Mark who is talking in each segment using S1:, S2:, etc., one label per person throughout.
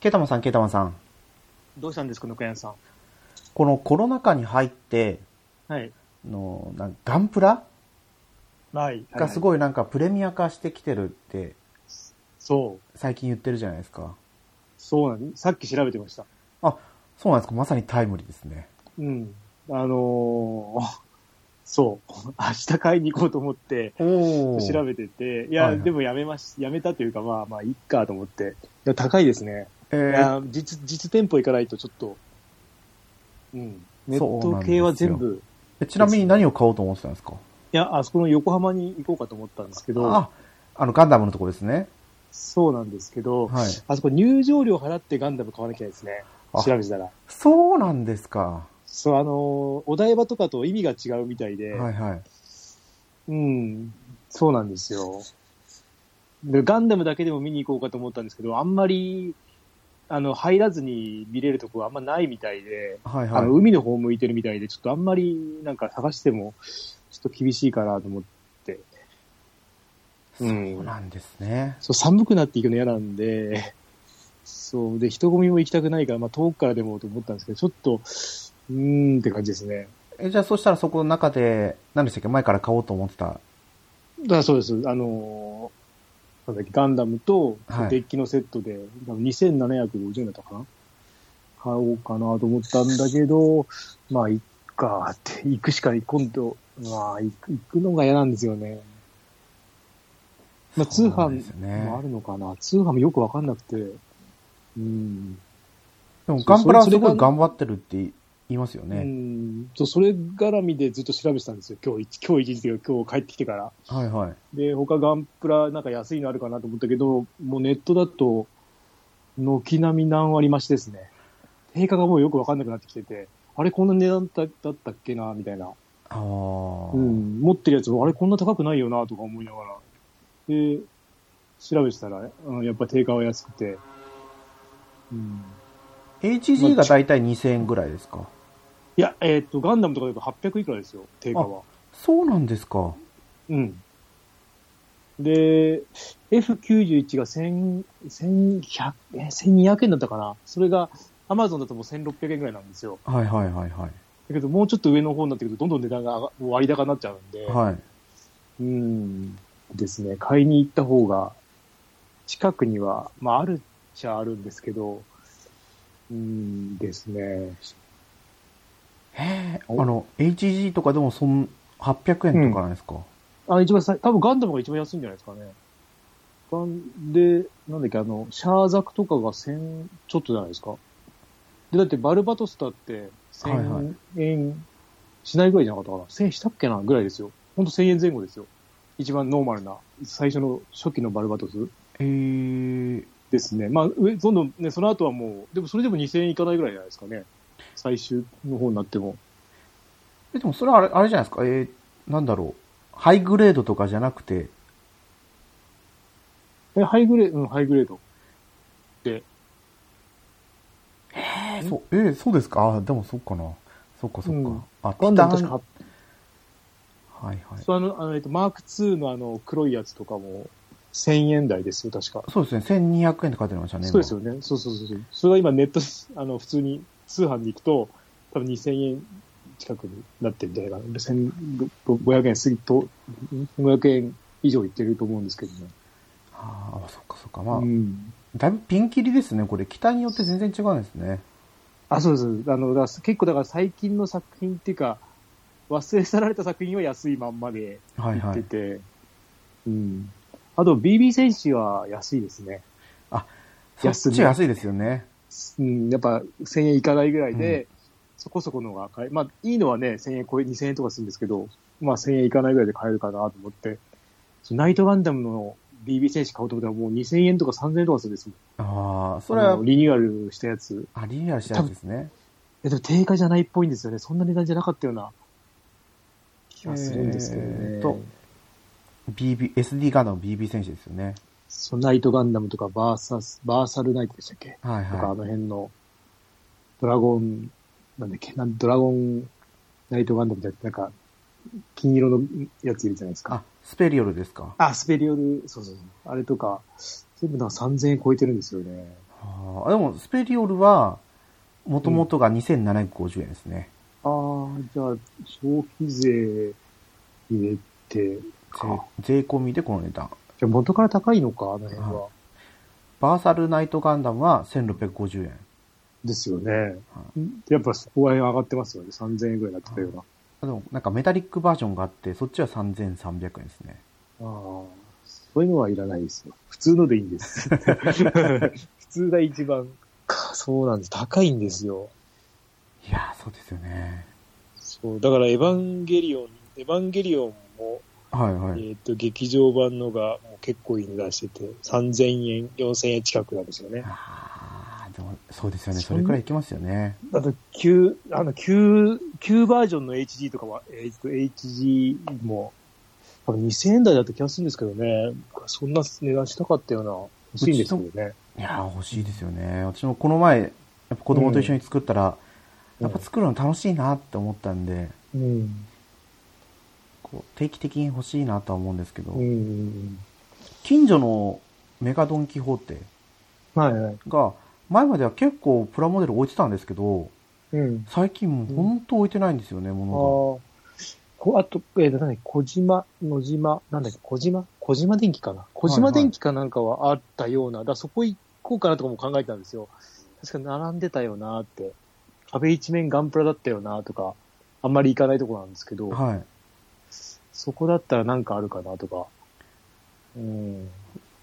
S1: ケータマンさん、ケータマンさん。
S2: どうしたんですか、ぬくやんさん。
S1: このコロナ禍に入って、
S2: はい。
S1: あのなんガンプラ
S2: ない。
S1: がす
S2: い。
S1: ごいなんかプレミア化してきてるって
S2: そう。
S1: 最近言ってるじゃないですか。
S2: そうなんさっき調べてました。
S1: そうなんですか。まさにタイムリーですね。
S2: うん。あのー、 そう。 明日買いに行こうと思って、
S1: お
S2: 調
S1: べ
S2: べてて、い
S1: はい
S2: や、
S1: はい
S2: でもやめまし、やめたというか、まあまあ、いっかと思って。いや、高いですね。
S1: え
S2: い
S1: ー
S2: や、実、実店舗行かないとちょっと、うん。ネッ
S1: そうな
S2: ト
S1: んですよ
S2: 系は全部、
S1: えちなみに何を買おうと思ってたんですか
S2: いや、あそこの横浜に行こうかと思ったんですけど、
S1: あ、あの、ガンダムのとこですね。
S2: そうなんですけど、
S1: はい。
S2: あそこ入場料払ってガンダム買わなきゃいけないですね
S1: あ。
S2: 調べてたら。
S1: そうなんですか。
S2: そう、あのーお台場とかと意味が違うみたいで、
S1: はいはい。
S2: うん、そうなんですよ。でガンダムだけでも見に行こうかと思ったんですけど、あんまり、あの、入らずに見れるとこはあんまないみたいで、
S1: はい
S2: あの、
S1: はい。
S2: 海の方向いてるみたいで、ちょっとあんまり、なんか探しても、ちょっと厳しいかなと思って、
S1: そ
S2: うん
S1: うなんですね。
S2: そう、寒くなっていくの嫌なんで、そう、で、人混みも行きたくないから、まあ、遠くからでもと思ったんですけど、ちょっと、うーんって感じですね。
S1: え、じゃあそしたらそこの中で、何でしたっけ前から買おうと思ってた。
S2: だそうです。あのーなんだっけ、ガンダムと
S1: はい
S2: デッキのセットで、多分2750円だったかな買おうかなと思ったんだけど、まあ、いっかって、行くしか今度、まあ、行く行くのが嫌なんですよね。まあ、
S1: そ
S2: 通
S1: うなん
S2: 販
S1: ですよ
S2: もあ
S1: ね。
S2: るのかな、通販もよくわかんなくて、うん。
S1: でもガンプラは
S2: そ
S1: す
S2: れ
S1: ごい
S2: それが
S1: 頑張ってるって言いますよ
S2: う
S1: ね。
S2: ん。そうそれ絡みでずっと調べてたんですよ。今日一、今日一日というか今日帰ってきてから。
S1: はいはい。
S2: で、他ガンプラなんか安いのあるかなと思ったけど、もうネットだと、軒並み何割増しですね。定価がもうよくわかんなくなってきてて、あれこんな値段だだったっけな、みたいな。
S1: ああ。う
S2: う。ん。持ってるやつ、あれこんな高くないよな、とか思いながら。で、調べてたら、うん、やっぱ定価は安くて。うん。
S1: HG がだいたい2000円ぐらいですか。
S2: いや、えっ、と、ガンダムとかだと800いくらですよ、定価は。
S1: そうなんですか。
S2: うん。で、F91 が1000 1100え1200円だったかな。それが、アマゾンだともう1600円ぐらいなんですよ。
S1: はいはいはいはい。
S2: だけど、もうちょっと上の方になってくると、どんどん値段が上がもう割高になっちゃうんで、
S1: はい。
S2: うん、ですね。買いに行った方が、近くには、まあ、あるっちゃあるんですけど、うんですね。
S1: へえ、あ
S2: お
S1: の、HG とかでもそん、800円とかなんですか、
S2: あ、一番さ、多分ガンダムが一番安いんじゃないですかね。ガン、で、なんだっけ、あの、シャーザクとかが1000ちょっとじゃないですか。で、だってバルバトスだって
S1: はいはい
S2: 1000円しないぐらいじゃなかったかな。1000円したっけなぐらいですよ。ほんと1000円前後ですよ。一番ノーマルな、最初の初期のバルバトス
S1: えー、
S2: ですね。まあ、上、どんどんね、その後はもう、でもそれでも2000円いかないぐらいじゃないですかね。最終の方になっても。
S1: え、でもそれはあれあれじゃないですかえー、なんだろう。ハイグレードとかじゃなくて、
S2: え、ハイグレード、うん、ハイグレード。
S1: え
S2: ん
S1: そう、えーそうですかあ、でもそうかな。そっかそっか。
S2: うん
S1: あ、
S2: ガンダム確か
S1: はいはい。
S2: そうあの、あの、えっと、マーク2のあの、黒いやつとかも、1000円台ですよ、確か。
S1: そうですね、1200円って書いてありましたね。今
S2: そうですよね。そうそうそうそう。それが今ネット、あの、普通に通販に行くと、多分2000円近くになってるんじゃないかな。1500円過ぎと、500円以上いってると思うんですけどね。
S1: ああ、そっかそっか。まあ、
S2: うん。
S1: だいぶピンキリですね。これ、機体によって全然違うんですね。
S2: あ、そうです。あの、だから結構だから最近の作品っていうか、忘れ去られた作品は安いまんまで
S1: はい
S2: 行っ
S1: は
S2: て
S1: い。
S2: て、うん。あと BB 戦士は安いですね。
S1: そっち安いですよね。
S2: うん、やっぱ1000円いかないぐらいで、そこそこのが買え、まあいいのはね、1000円超え、2000円とかするんですけど、まあ1000円いかないぐらいで買えるかなと思って、そうナイトガンダムの BB 戦士買おうと思ったらもう2000円とか3000円とかするんですもん。
S1: ああ、そ
S2: そ
S1: れは、
S2: リニューアルしたやつ。
S1: あ、リニューアルしたやつですね。
S2: え、でも定価じゃないっぽいんですよね。そんな値段じゃなかったような気がするんですけど
S1: え
S2: ね。
S1: ーと BB、SD ガンダム BB 選手ですよね。
S2: そうナイトガンダムとかバーサス、バーサルナイトでしたっけ
S1: はい
S2: とか、あ
S1: は
S2: の辺の、ドラゴン、なんだっけ、なんドラゴン、ナイトガンダムじゃなくて、なんか、金色のやついるじゃないです
S1: い。あ
S2: か。、
S1: スペリオルですか。
S2: あ、スペリオル、そうそうそう。あれとか、全部なんか3000円超えてるんですよね。
S1: ああーでも、スペリオルは、もともとが2750円ですね。
S2: ああ、じゃあ、消費税入れて、か。
S1: 税税込みでこの値段。
S2: じゃあ元から高いのか、あの辺は。
S1: バーサルナイトガンダムは1650円。
S2: ですよね。やっぱそこら辺上がってますよね。3000円ぐらいになってたような。
S1: あでも、なんかメタリックバージョンがあって、そっちは3300円ですね。
S2: ああ、そういうのはいらないですよ。普通のでいいん です。普通が一番。かそうなんです。高いんですよ。
S1: いやー、そうですよね。
S2: そう、だからエヴァンゲリオン、エヴァンゲリオンも、
S1: はいはい。
S2: えっ、と、劇場版のがもう結構いい値段してて、3000円、4000円近くなんですよね。
S1: ああ、でも、そうですよね。
S2: そ
S1: そ
S2: ん
S1: れくらいいきますよね。
S2: あと、旧、あの、旧、旧バージョンの HG とかは、えっと、HG も、多分2000円台だった気がするんですけどね。そんな値段したかったような、欲しいんですけどね。
S1: いやー、欲しいですよね。私もこの前、やっぱ子供と一緒に作ったら、やっぱ作るの楽しいなって思ったんで、
S2: うん。
S1: こう定期的に欲しいなとは思うんですけど、
S2: うん。
S1: 近所のメガドン・キホーテ
S2: はいはい。
S1: が、前までは結構プラモデル置いてたんですけど、
S2: うん。
S1: 最近もうほんと置いてないんですよね、
S2: ああ
S1: 物
S2: こ。あと、えっ、と、なんだっけ、小島、野島、なんだっけ、小島小島電機かな小島電機かなんかはあったような、だからそこ行こうかなとかも考えてたんですよ。確か並んでたよなって。壁一面ガンプラだったよなとか、あんまり行かないとこなんですけど、
S1: が。はい。
S2: そこだったらなんかあるかなとか。うん。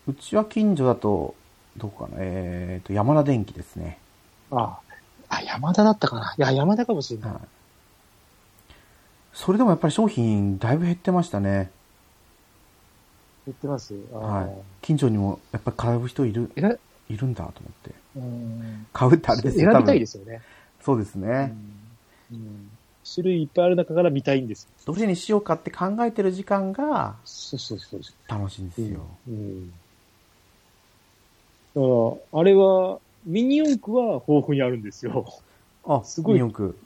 S1: うちは近所だと、どこかな、えーと、山田電機ですね。
S2: ああ、あ山田だったかな。いや、山田かもしれない。
S1: はい。それでもやっぱり商品だいぶ減ってましたね。
S2: 言ってますああ、
S1: はい。近所にもやっぱり買う人いる、
S2: えら
S1: いるんだと思って。
S2: うん。
S1: 買うってあれです。
S2: 選びたいですすよね。
S1: そうですね。
S2: うんうん種類いっぱいある中から見たいんです。
S1: どれにしようかって考えてる時間が
S2: そうそうそうそ
S1: 楽しいんです
S2: う。
S1: よ。
S2: うん。だから、あれは、ミニ四駆は豊富にあるんですよ。
S1: あ、
S2: すごい
S1: ニオンク。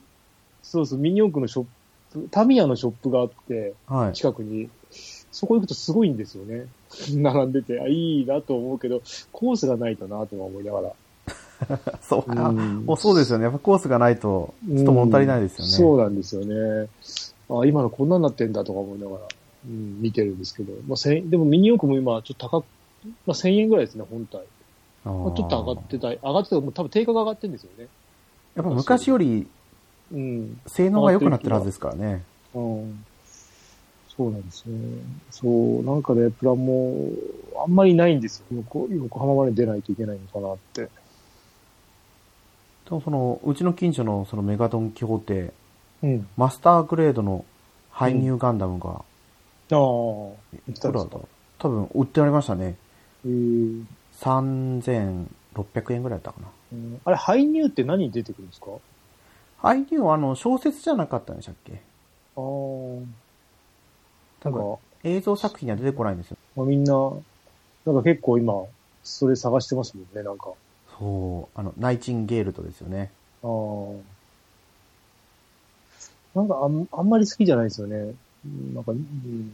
S2: そうそう、ミニ四駆のショップ、タミヤのショップがあって、
S1: はい。
S2: 近くに、そこ行くとすごいんですよね。 並んでて、あ、いいなと思うけど、コースがないとなとは思いながら。
S1: そう。あ
S2: ん
S1: もうそうですよね。やっぱコースがないと、ちょっと物足りないですよね。
S2: そうなんですよね。あ、今のこんなんなってんだとか思いながら、うん、見てるんですけど。まあ、千円でもミニ四駆も今、ちょっと高く、まあ、1000円ぐらいですね、本体。
S1: あー
S2: まあ、ちょっと上がってた、上がってた、もう多分定価が上がってるんですよね。
S1: やっぱ昔より
S2: うん。
S1: 性能が良くなってるはずですからね。
S2: うん。そうなんですね。そう、なんかね、プラモ、あんまりないんですよ。横横浜まで出ないといけないのかなって。
S1: でもその、うちの近所のそのメガドン・キホーテ、
S2: うん。
S1: マスターグレードのハイニューガンダムが、
S2: ああ、
S1: いくらだろう多分売ってありましたね。
S2: えー
S1: 3600円ぐらいだったかな。
S2: うんあれ、ハイニューって何に出てくるんですか
S1: ハイニューはあの、小説じゃなかったんでしたっけ
S2: ああ、
S1: な
S2: なんん
S1: か
S2: か、
S1: 映像作品には出てこないんですよ。
S2: まあ、みんな、なんか結構今、それ探してますもんね、なんか。
S1: そう、あの、ナイチンゲールとですよね。
S2: あーなんかあんあんまり好きじゃないですよね。うんなんか、うん。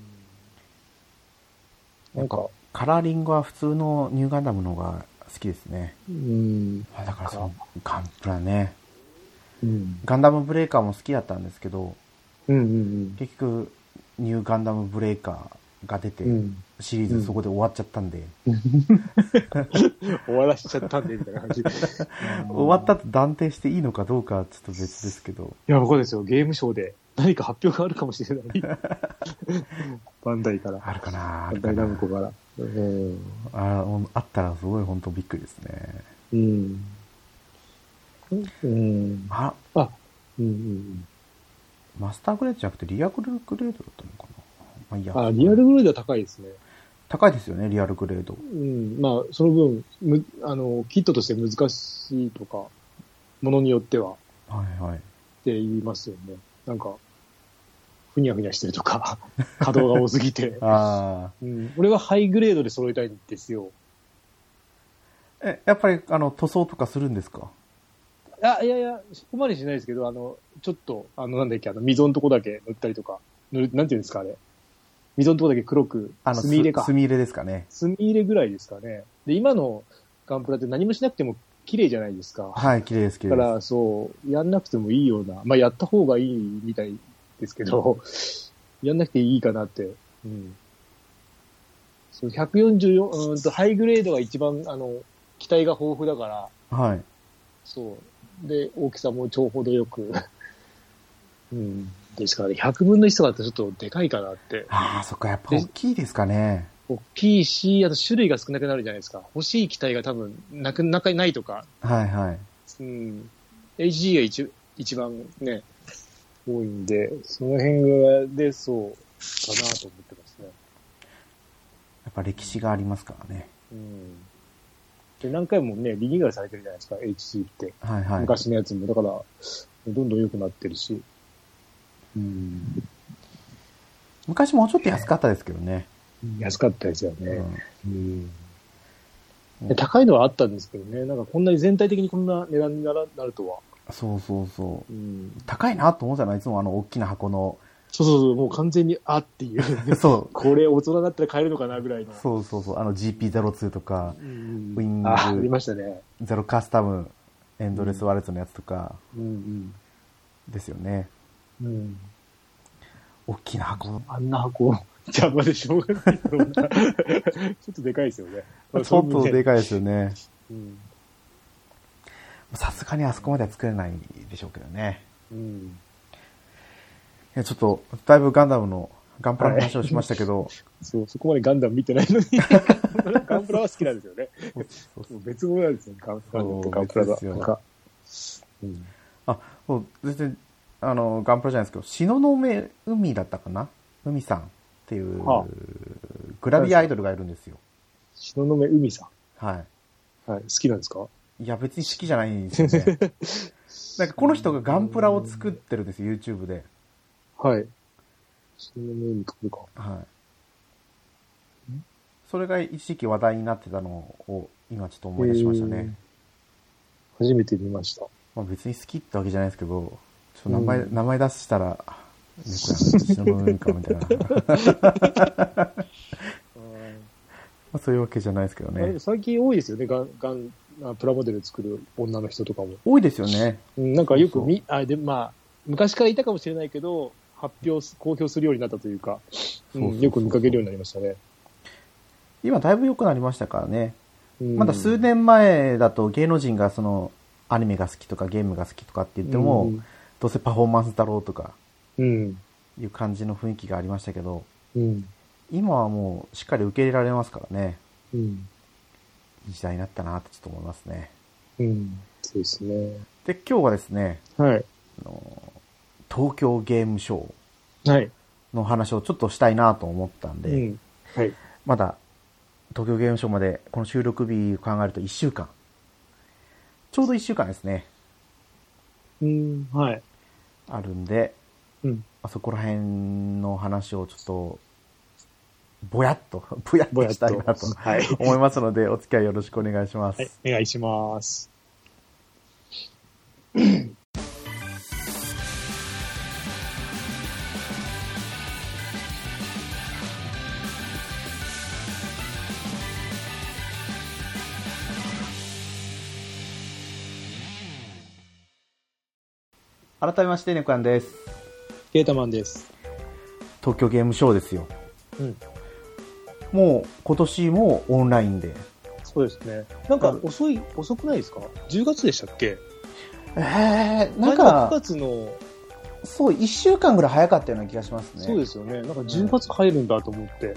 S2: なんか、
S1: カラーリングは普通のニューガンダムの方が好きですね。
S2: うん。
S1: あだからその、ガンプラね。
S2: うん。
S1: ガンダムブレーカーも好きだったんですけど、
S2: うんうん
S1: 結局、ニューガンダムブレーカーが出て
S2: うん。う、ん。
S1: シリーズそこで終わっちゃったんで、
S2: 終わらしちゃったんで、みたいな感 じ。
S1: 終わったと断定していいのかどうかはちょっと別ですけど、
S2: いや、ここですよ。ゲームショーで何か発表があるかもしれない。 バンダイから。
S1: あるかなあ
S2: バ
S1: る
S2: ンダ
S1: か
S2: イナム
S1: な
S2: コから。うん。
S1: あもうあったらすごい本当びっくりですね。
S2: うん。うん。
S1: あ、
S2: あ、うんうん
S1: マスターグレードじゃなくてリアグルグレードだったのかなまあいいや。
S2: うん。あ、リアルグレードは高いですね。
S1: 高いですよね、リアルグレード。
S2: うん。まあ、その分、む、あの、キットとして難しいとか、ものによっては、っ
S1: はいはい。。
S2: て言いますよね。なんか、ふにゃふにゃしてると か、稼働が多すぎて
S1: ああ。
S2: うん。俺はハイグレードで揃えたいんですよ。
S1: え、やっぱり、あの、塗装とかするんですか
S2: あ、いやいや、そこまでしないですけど、あの、ちょっと、あの、なんだっけ、あの、溝のとこだけ塗ったりとか、塗る、なんていうんですか、あれ。溝のとこだけ黒く、
S1: あの、
S2: 墨入れか。
S1: す墨入れですかね。
S2: 墨入れぐらいですかね。で、今のガンプラって何もしなくても綺麗じゃないですか。
S1: はい、綺麗です、綺
S2: だ
S1: 麗
S2: か
S1: で
S2: ら、そう、やんなくてもいいような、まあ、やった方がいいみたいですけど、 やんなくていいかなって。うん。そう、144、うーんと、ハイグレードが一番、あの、機体が豊富だから、
S1: す。はい。
S2: そう。で、大きさもちょうほどよく。 うん。ですからね、100分の1とかってちょっとでかいかなって。
S1: ああ、そっか、やっぱ大きいですかね。
S2: 大きいし、あと種類が少なくなるじゃないですか。欲しい機体が多分、なく、なかないとか。
S1: はい、はい。
S2: うん。HG が一一番ね、多いんで、その辺が、で、そう、かなと思ってますね。
S1: やっぱ歴史がありますからね。
S2: うん。で、何回もね、リニューアルされてるじゃないですか、HG って。
S1: はい、はい。
S2: 昔のやつも、だから、どんどん良くなってるし。うん。
S1: 昔もうちょっと安かったですけどね。
S2: 安かったですよ
S1: う
S2: ね。
S1: ん
S2: うん。
S1: う
S2: で
S1: ん
S2: 高いのはあったんですけどね、なんかこんなに全体的にこんな値段にならなるとは。
S1: そうそうそうう。
S2: ん。
S1: 高いなと思うじゃないいつもあの大きな箱の。
S2: そうそうそう、もう完全に、あっていう。
S1: そう。
S2: これ大人だったら買えるのかなぐらいの。
S1: そうそうそう。あの GP02 とか、
S2: うん
S1: ウィング
S2: あ、ありましたね。
S1: ゼロカスタム、エンドレスワルツのやつとか
S2: うん
S1: ですよね。
S2: うん。うん。
S1: 大きな箱。
S2: あんな箱、 邪魔でしょうがないよう なちょっとでかいですよね。
S1: ちょっとで
S2: い。
S1: かいですよね。
S2: うん。
S1: さすがにあそこまでは作れないでしょうけどね。
S2: うん。
S1: いやちょっと、だいぶガンダムの、ガンプラの話をしましたけど、
S2: そう、そこまでガンダム見てないのに。 ガンプラは好きなんですよね。
S1: そうそうそう
S2: 別物なんですよ、ガンガンダムとガンプラが。
S1: そう別ですよ
S2: なんかうん
S1: あ、そう、全然、あの、ガンプラじゃないですけど、篠ノ目海だったかな海さんっていう
S2: はあ、
S1: グラビアアイドルがいるんですよ。
S2: 東雲海さ
S1: は
S2: ん。はい、好きなんですか
S1: い。いや、別に好きじゃないんですよ ね。なんかこの人がガンプラを作ってるんですよ、YouTube で。
S2: はい。東雲海とかか。
S1: はい。それが一時期話題になってたのを、今ちょっと思い出しました
S2: へ
S1: ね
S2: ー。初めて見ました。
S1: まあ別に好きってわけじゃないですけど、ちょっと名前、
S2: うん
S1: 名前出したら、あ猫やな、篠の海かみ たいな。まあそういうわけじゃないですけど
S2: あれ
S1: ね。
S2: 最近多いですよね、ガン、ガン、あプラモデル作る女の人とかも。
S1: 多いですよね。
S2: うんなんかよくみ、あ、で、まあ、昔からいたかもしれないけど、発表す、公表するようになったというか、う
S1: そうそうそ
S2: ん
S1: う
S2: よく見かけるようになりましたね。
S1: 今だいぶ良くなりましたからね。
S2: うん
S1: まだ数年前だと芸能人がその、アニメが好きとかゲームが好きとかって言っても、どうせパフォーマンスだろうとか
S2: うん、うん。
S1: いう感じの雰囲気がありましたけど、
S2: うん。
S1: 今はもうしっかり受け入れられますからね。
S2: うん。
S1: いい時代になったなってちょっと思いますね。
S2: うん。そうですね。
S1: で、今日はですね、
S2: はい。
S1: あの東京ゲームショウ
S2: はい。
S1: の話をちょっとしたいなと思ったんで、
S2: うん。はい。
S1: まだ東京ゲームショウまでこの収録日を考えると1週間。ちょうど1週間ですね。
S2: うん。はい。
S1: あるんで、
S2: うん。
S1: あそこら辺の話をちょっと、ぼやっと、 ぼやっ
S2: ぼ
S1: と
S2: やっ
S1: した
S2: と
S1: いなと
S2: はい
S1: 思いますので、お付き合いよろしくお願いします。
S2: はい。お願いします。
S1: 改めまして、ネコヤンです。
S2: ゲータマンです。
S1: 東京ゲームショウですよ。
S2: うん。
S1: もう今年もオンラインで。
S2: そうですね。なんか遅い、遅くないですか ?10 月でしたっけ
S1: えー、なん
S2: 前の9
S1: か、
S2: 月の、
S1: そう、1週間ぐらい早かったような気がしますね。
S2: そうですよね。なんか10月入るんだと思って。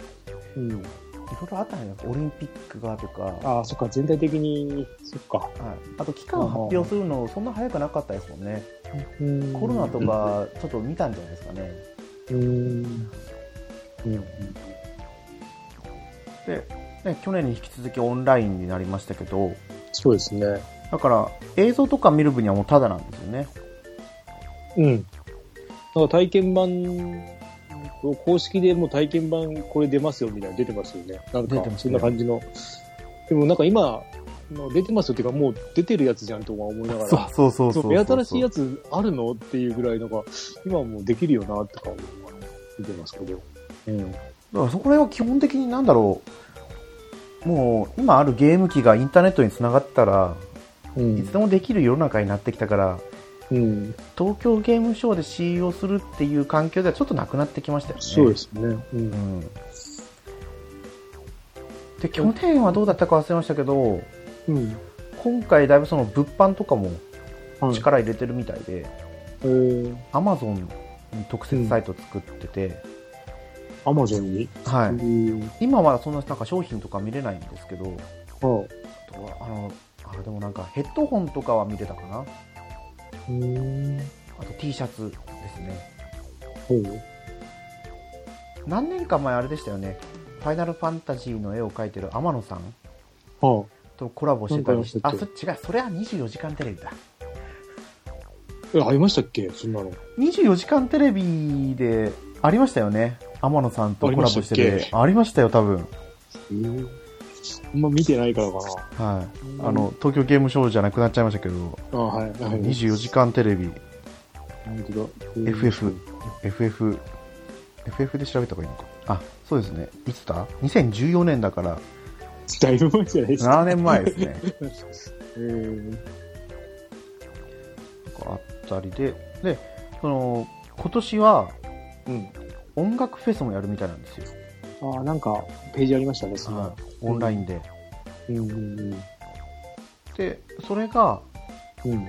S2: うん。
S1: いろいろあったね。オリンピックがとか、はい
S2: ああ、そっか、全体的に、そっか。
S1: あと期間を発表するの、そんな早くなかったですもんね。
S2: うん
S1: コロナと。か、ちょっと見たんじゃないですかね。
S2: うん。うん。うん
S1: で、ね、去年に引き続きオンラインになりましたけど、
S2: そうですね。
S1: だから映像とか見る分にはもうタダなんですよね。
S2: うん。なんか体験版、公式でもう体験版これ出ますよみたいなの出てますよね。な
S1: 出
S2: ん
S1: てま
S2: か、
S1: す
S2: そ
S1: ね
S2: んな感じの。でもなんか今、まあ出てますよっていうか、もう出てるやつじゃんとか思いながら。
S1: そうそう
S2: そう目新しいやつあるのっていうぐらい、なんか、今はもうできるよなとか思いながら見てますけど。うん。
S1: だからそこら辺は基本的になんだろう、もう今あるゲーム機がインターネットにつながったら、
S2: うん
S1: いつでもできる世の中になってきたから、
S2: うん、
S1: 東京ゲームショウで CE をするっていう環境ではちょっとなくなってきましたよね。
S2: そうですね。うん
S1: う。ん。で、去年はどうだったか忘れましたけど、
S2: うん。
S1: 今回だいぶその物販とかも
S2: はい
S1: 力入れてるみたいで、
S2: えー、
S1: Amazon に特設サイト作ってて、
S2: アマゾンに、
S1: は
S2: う
S1: い。
S2: ん、は
S1: 今はそんななんか商品とか見れないんですけど、
S2: あ
S1: あの、あでもなんかヘッドホンとかは見れたかな。
S2: うん。
S1: あと T シャツですね。
S2: ほう。
S1: 何年か前あれでしたよね。ファイナルファンタジーの絵を描いてる天野さん
S2: は
S1: とコラボしてたりして、
S2: な
S1: あ、
S2: んか
S1: そ
S2: や
S1: 違う、それは24時間テレビだ。
S2: あ。え、ありましたっけそんなの。
S1: 24時間テレビでありましたよね。天野さんとコラボして
S2: ありま
S1: て
S2: し。
S1: ありましたよ、多分。
S2: うん。あんま見てないからか
S1: はい。
S2: な。
S1: あの、、東京ゲームショーじゃなくなっちゃいましたけど、
S2: あはい。はい、
S1: 24時間テレビ、
S2: 本当だ。
S1: FF。FF、FF で調べた方がいいのか。あ、そうですね。いつだ ?2014 年だから、
S2: だいぶ前じゃないですか。
S1: 7年前です ね。
S2: えー、
S1: とかあったりで、で、その、今年は
S2: うん。
S1: 音楽フェスもやるみたいなんですよ。
S2: ああ、なんか、ページありましたね、そ
S1: は
S2: の。
S1: い。オンラインで。
S2: うんうん
S1: で、それが、
S2: うん。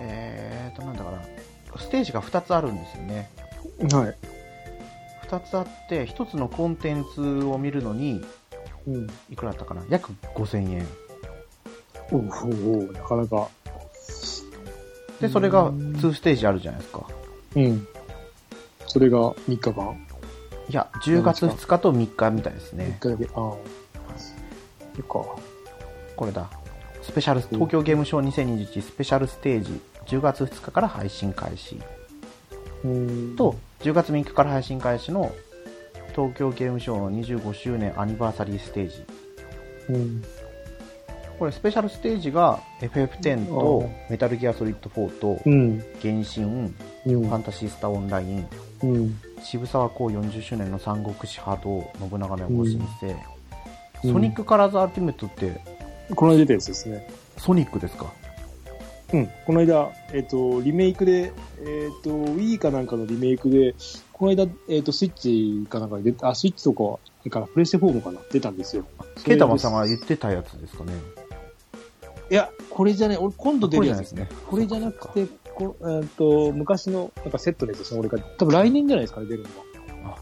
S1: えーと、なんだかな、ステージが2つあるんですよね。
S2: うん。はい。
S1: 2つあって、1つのコンテンツを見るのに、
S2: うん。
S1: いくらだったかな約5000円。
S2: おうおうおうなかなか。
S1: で、それが
S2: うん
S1: 2ステージあるじゃないですか。
S2: うん。それが3日間
S1: いや、10月2日と3日みたいです
S2: ?3
S1: ね。
S2: 日だけ。ああ。そっか。
S1: これだ。スペシャル、東京ゲームショー2021スペシャルステージ、10月2日から配信開始。
S2: うん
S1: と、10月3日から配信開始の東京ゲームショーの25周年アニバーサリーステージ。
S2: うん。
S1: これスペシャルステージが FF10 とメタルギアソリッド4と
S2: うん。
S1: 原神、
S2: うん。
S1: ファンタシースターオンライン、
S2: うん。
S1: 渋沢公40周年の三国志波動、信長の横人生、
S2: うん
S1: ソニックカラーズアルティメットって
S2: この間出たやつですね。
S1: ソニックですか
S2: うん。この間、えっ、と、リメイクで、えっ、と、Wii かなんかのリメイクで、この間、えっ、と、スイッチかなんかに出た、あ、スイッチとかは、だからプレステ4もかな、出たんですよ。
S1: ケータマンさんが言ってたやつですかね
S2: いや、これじゃね、俺今度出るやつですね。
S1: ね。
S2: これじゃなくて、こえーっと、昔の、なんかセットのやつですね、俺が。多分来年じゃないですかね、出るのは。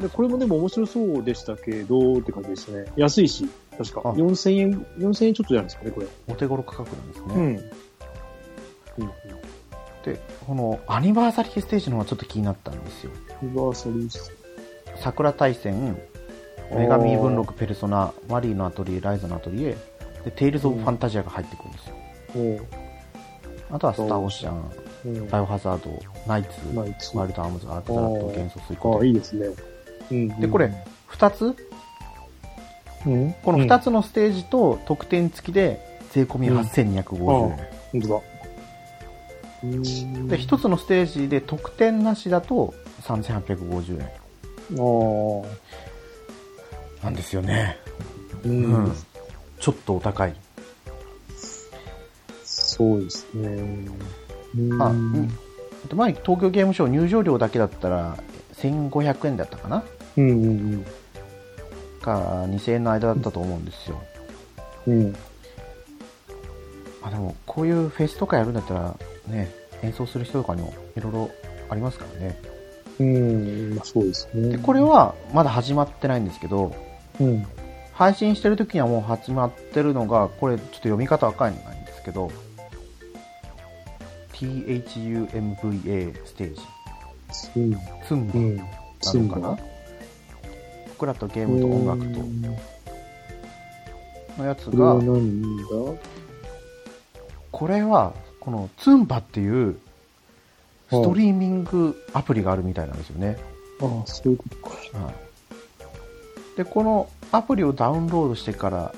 S2: で、これもでも面白そうでしたけど、って感じですね。安いし、確か。
S1: あ
S2: 4000円、4000円ちょっとじゃないですかね、これ。
S1: お手頃価格なんですね。
S2: うん。うん。
S1: で、このアニバーサリーステージの方がちょっと気になったんですよ。
S2: リバーサリース
S1: 桜大戦、女神異文録ペルソナ、マリーのアトリエ、ライザのアトリエ、で、テイルズ・オブ・ファンタジアが入ってくるんですよ。
S2: も
S1: あとはスター・オーシャン、
S2: う、うん。
S1: バイオハザード、ナイツ、
S2: まあ、一
S1: ワ
S2: 応
S1: イルド・アームズ、アークザラット、元素遂
S2: ああ、い
S1: 行。
S2: いですね。うん。
S1: で、これ、2つ
S2: うん、
S1: この2
S2: つ。
S1: つのステージと特典付きで、税込み8250円。
S2: 本当だ。うん
S1: で、1つのステージで特典なしだと3850円。
S2: ああ。
S1: なんですよね。
S2: う
S1: うん
S2: ん。
S1: ちょっとお高い。
S2: そうですね。うん
S1: あうんで前、東京ゲームショウ入場料だけだったら、1500円だったかな
S2: うんうん
S1: か2000円の間だったと思うんですよ。
S2: うん。うん。
S1: まあでも、こういうフェスとかやるんだったら、ね、演奏する人とかにもいろいろありますからね。
S2: うん、まあそうですね。
S1: で、これはまだ始まってないんですけど、
S2: うん。
S1: 配信してる時にはもう始まってるのが、これちょっと読み方わかんないんですけど、THUMVA ステージ、
S2: うん。
S1: ツン
S2: う
S1: バ
S2: ん。
S1: なのかな僕らとゲームと音楽とのやつ
S2: これは
S1: が、
S2: 何だ
S1: これは、このツンバっていうストリーミングアプリがあるみたいなんですよね。
S2: ああ、そういうことか。
S1: はい、で、このアプリをダウンロードしてから、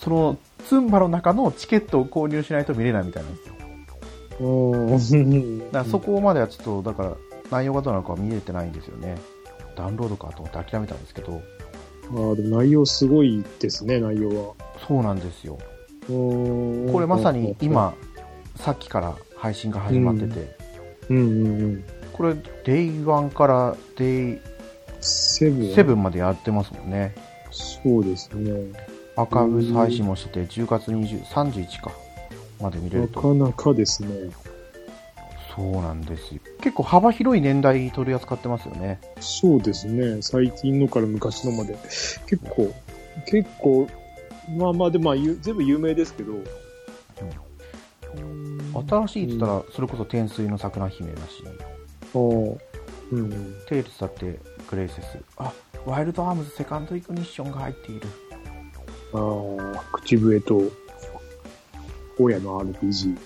S1: そのツンバの中のチケットを購入しないと見れないみたいなんですよ。
S2: うん。だ
S1: だからそこまではちょっと、だから内容がどうなのかは見れてないんですよね。ダウンロードかと思って諦めたんですけど、
S2: ああ、でも内容すごいですね、内容は。
S1: そうなんですよ。
S2: こ
S1: これまさに、今、さっきから配信が始まってて、
S2: うんうんうん、
S1: これ、デイ1からデイ
S2: セブン
S1: 7までやってますもんね。
S2: そうですね。
S1: アーカイブス配信もしてて、10月20 31か、まで見れ
S2: な
S1: ると。
S2: かなかですね。
S1: そうなんですよ。結構幅広い年代取り扱ってますよね。
S2: そうですね。最近のから昔のまで。結構、結構、まあまあ、でもまあ、ゆ全部有名ですけど。
S1: 新しいって言ったら、それこそ天水の桜姫だし、
S2: うん、ああうんうん。
S1: テイルズだってグレイセス。あ、ワイルドアームズセカンドイグニッションが入っている。
S2: ああ、口笛と、大家の RPG で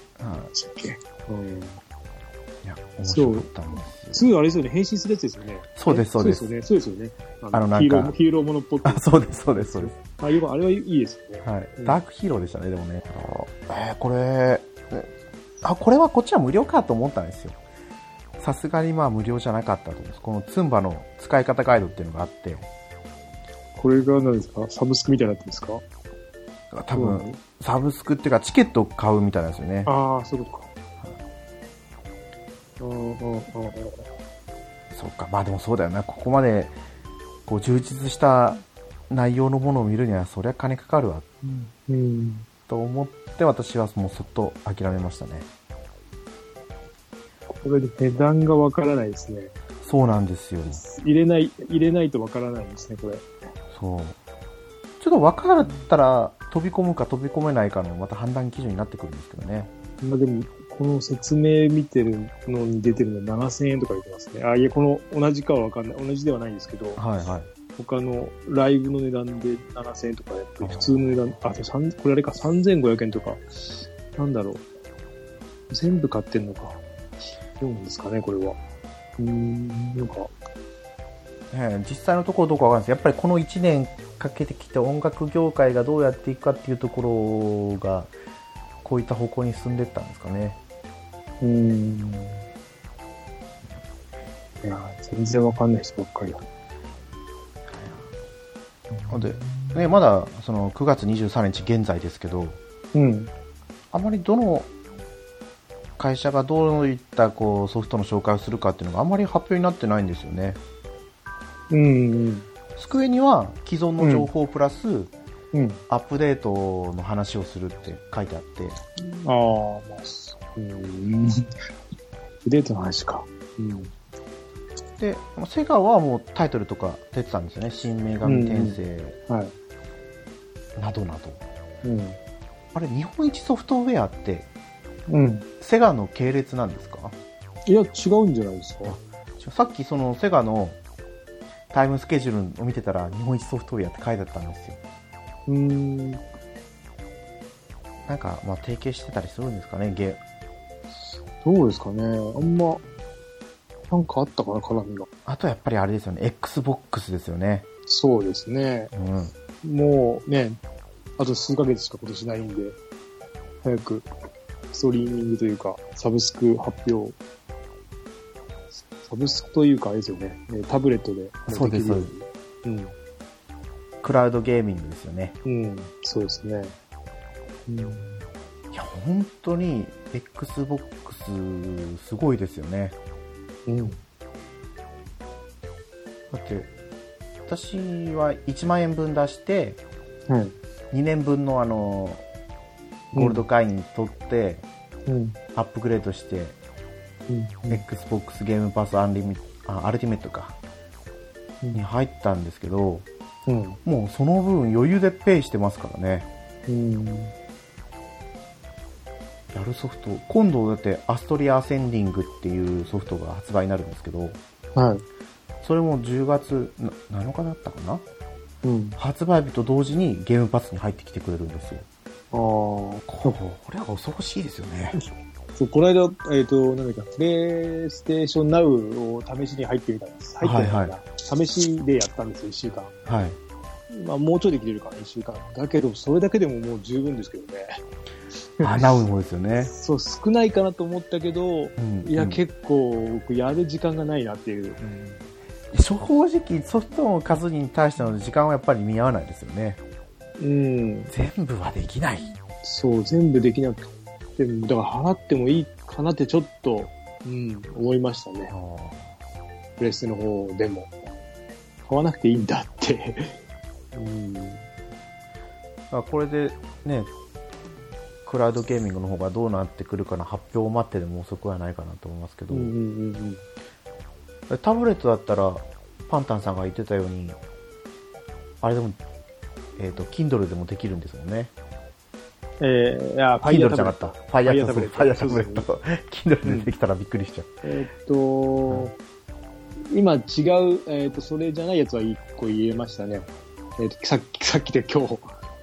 S1: う
S2: したっけ。うん。
S1: ん、いや、面白かったんです
S2: す
S1: よ。
S2: ぐあれですよね、変身するやつですよね。
S1: そうです
S2: え
S1: そうです
S2: そうですよね。そうですよね。
S1: あのなんか
S2: ヒーロー、ヒーローものっ ぽ く。
S1: あ、そうです、そうです、そうです。
S2: あ、よくあれはいいですよね。
S1: はい、
S2: うん
S1: ダークヒーローでしたね、でもね。えーこれ、えあ、これはこっちは無料かと思ったんですよ。さすがにまあ無料じゃなかったと思うんです。このツンバの使い方ガイドっていうのがあって、
S2: これが何ですかサブスクみたいになってるんですか
S1: 多分、。サブスクっていうかチケットを買うみたいなんですよね。
S2: ああ、そういうことか。うんうんうんうん。
S1: そうか、まあでもそうだよな、ここまで、こう充実した内容のものを見るには、そりゃ金かかるわ、
S2: うん。
S1: と思って私はもうそっと諦めましたね。
S2: これで値段がわからないですね。
S1: そうなんですよ。
S2: 入れない、入れないとわからないですね、これ。
S1: そう。ちょっと分かったら飛び込むか飛び込めないかのまた判断基準になってくるんですけどね。
S2: まあでも、この説明見てるのに出てるの7000円とか言ってますね。あ、いや、この同じかはわかんない。同じではないんですけど、
S1: はいはい。
S2: 他のライブの値段で7000円とかやって、普通の値段、あ、さんこれあれか、3500円とか、なんだろう。全部買ってんのか。どうなんですかね、これは。うーん、なんか、
S1: ええ実際のところどうかわかんないですやっぱりこの1年かけてきた音楽業界がどうやっていくかっていうところが、こういった方向に進んでいったんですかね。
S2: うーん。いやー、全然わかんない人ばっかりだ。
S1: で、ね、まだその9月23日現在ですけど、
S2: うん。
S1: あまりどの会社がどういったこうソフトの紹介をするかっていうのがあまり発表になってないんですよね。
S2: うん。
S1: スクエニは既存の情報プラス、
S2: うん。
S1: アップデートの話をするって書いてあって、
S2: ああ、まあ、そう。うん。デートの話か。うん。
S1: で、セガはもうタイトルとか出てたんですよね。新女神転生
S2: はい。
S1: などなど。
S2: うん。
S1: あれ、日本一ソフトウェアって、
S2: うん。
S1: セガの系列なんですか
S2: いや、違うんじゃないですか。
S1: さっきそのセガのタイムスケジュールを見てたら、日本一ソフトウェアって書いてあったんですよ。
S2: うーん。
S1: なんか、まあ、提携してたりするんですかね、ゲ
S2: どうですかね。あんま、なんかあったかな、絡みが。
S1: あとやっぱりあれですよね、Xbox ですよね。
S2: そうですね。
S1: うん。
S2: もうね、あと数ヶ月しか今年ないんで、早く、ストリーミングというか、サブスク発表。サブスクというか、あれですよね。えータブレットで。
S1: そうです
S2: できるように
S1: クラウドゲーミングですよね。
S2: うん。うん。そうですね。うん。
S1: いや、本当に Xbox すごいですよね。
S2: うん。
S1: だって、私は1万円分出して、
S2: はい。
S1: 2年分のあの、ゴールド会員取って、
S2: うん。
S1: アップグレードして、
S2: うん。
S1: Xbox ゲームパスアンリミあ、アルティメットか、
S2: うん
S1: に入ったんですけど、
S2: うん。
S1: もうその分余裕でペイしてますからね。
S2: うん。
S1: やるソフト、今度だってアストリアアセンディングっていうソフトが発売になるんですけど、
S2: はい。
S1: それも10月な7日だったかな
S2: うん。
S1: 発売日と同時にゲームパスに入ってきてくれるんですよ。
S2: ああ。
S1: これは恐ろしいですよね。
S2: そう、この間、えっ、と、なんだっけ、プレイステーションナウを試しに入ってみたんです。入ってみたんだ
S1: はいは
S2: 試しでやったんですよ、1週間。
S1: はい。
S2: まあ、もうちょいできてるから、1週間。だけど、それだけでももう十分ですけどね。
S1: 穴うもですよね。
S2: そう、少ないかなと思ったけど、
S1: うん
S2: いや、
S1: うん
S2: 結構、僕やる時間がないなっていう。
S1: 正直ソフトの数に対しての時間はやっぱり見合わないですよね。
S2: うん。
S1: 全部はできない。
S2: そう、全部できなくても、だから払ってもいいかなってちょっと、うん、思いましたね。プレステの方でも。買わなくていいんだ って。うん。
S1: あこれでねクラウドゲーミングの方がどうなってくるかの発表を待ってでも遅くはないかなと思いますけ
S2: う
S1: ど、
S2: んうんうん
S1: タブレットだったらパンタンさんが言ってたようにあれでもえっ、と Kindle でもできるんですよね
S2: うん。えー、いや、
S1: Kindle じゃなかった Fire タブレット Fire
S2: Fire
S1: タ
S2: タ
S1: ブ
S2: ブ
S1: レ
S2: レ
S1: ッ
S2: ッ
S1: ト
S2: ト
S1: Kindle でできたらびっくりしちゃう、
S2: えーっと、今違う、えーっと、それじゃないやつは一個言えましたね。えーっと、さっき、さっきで今日。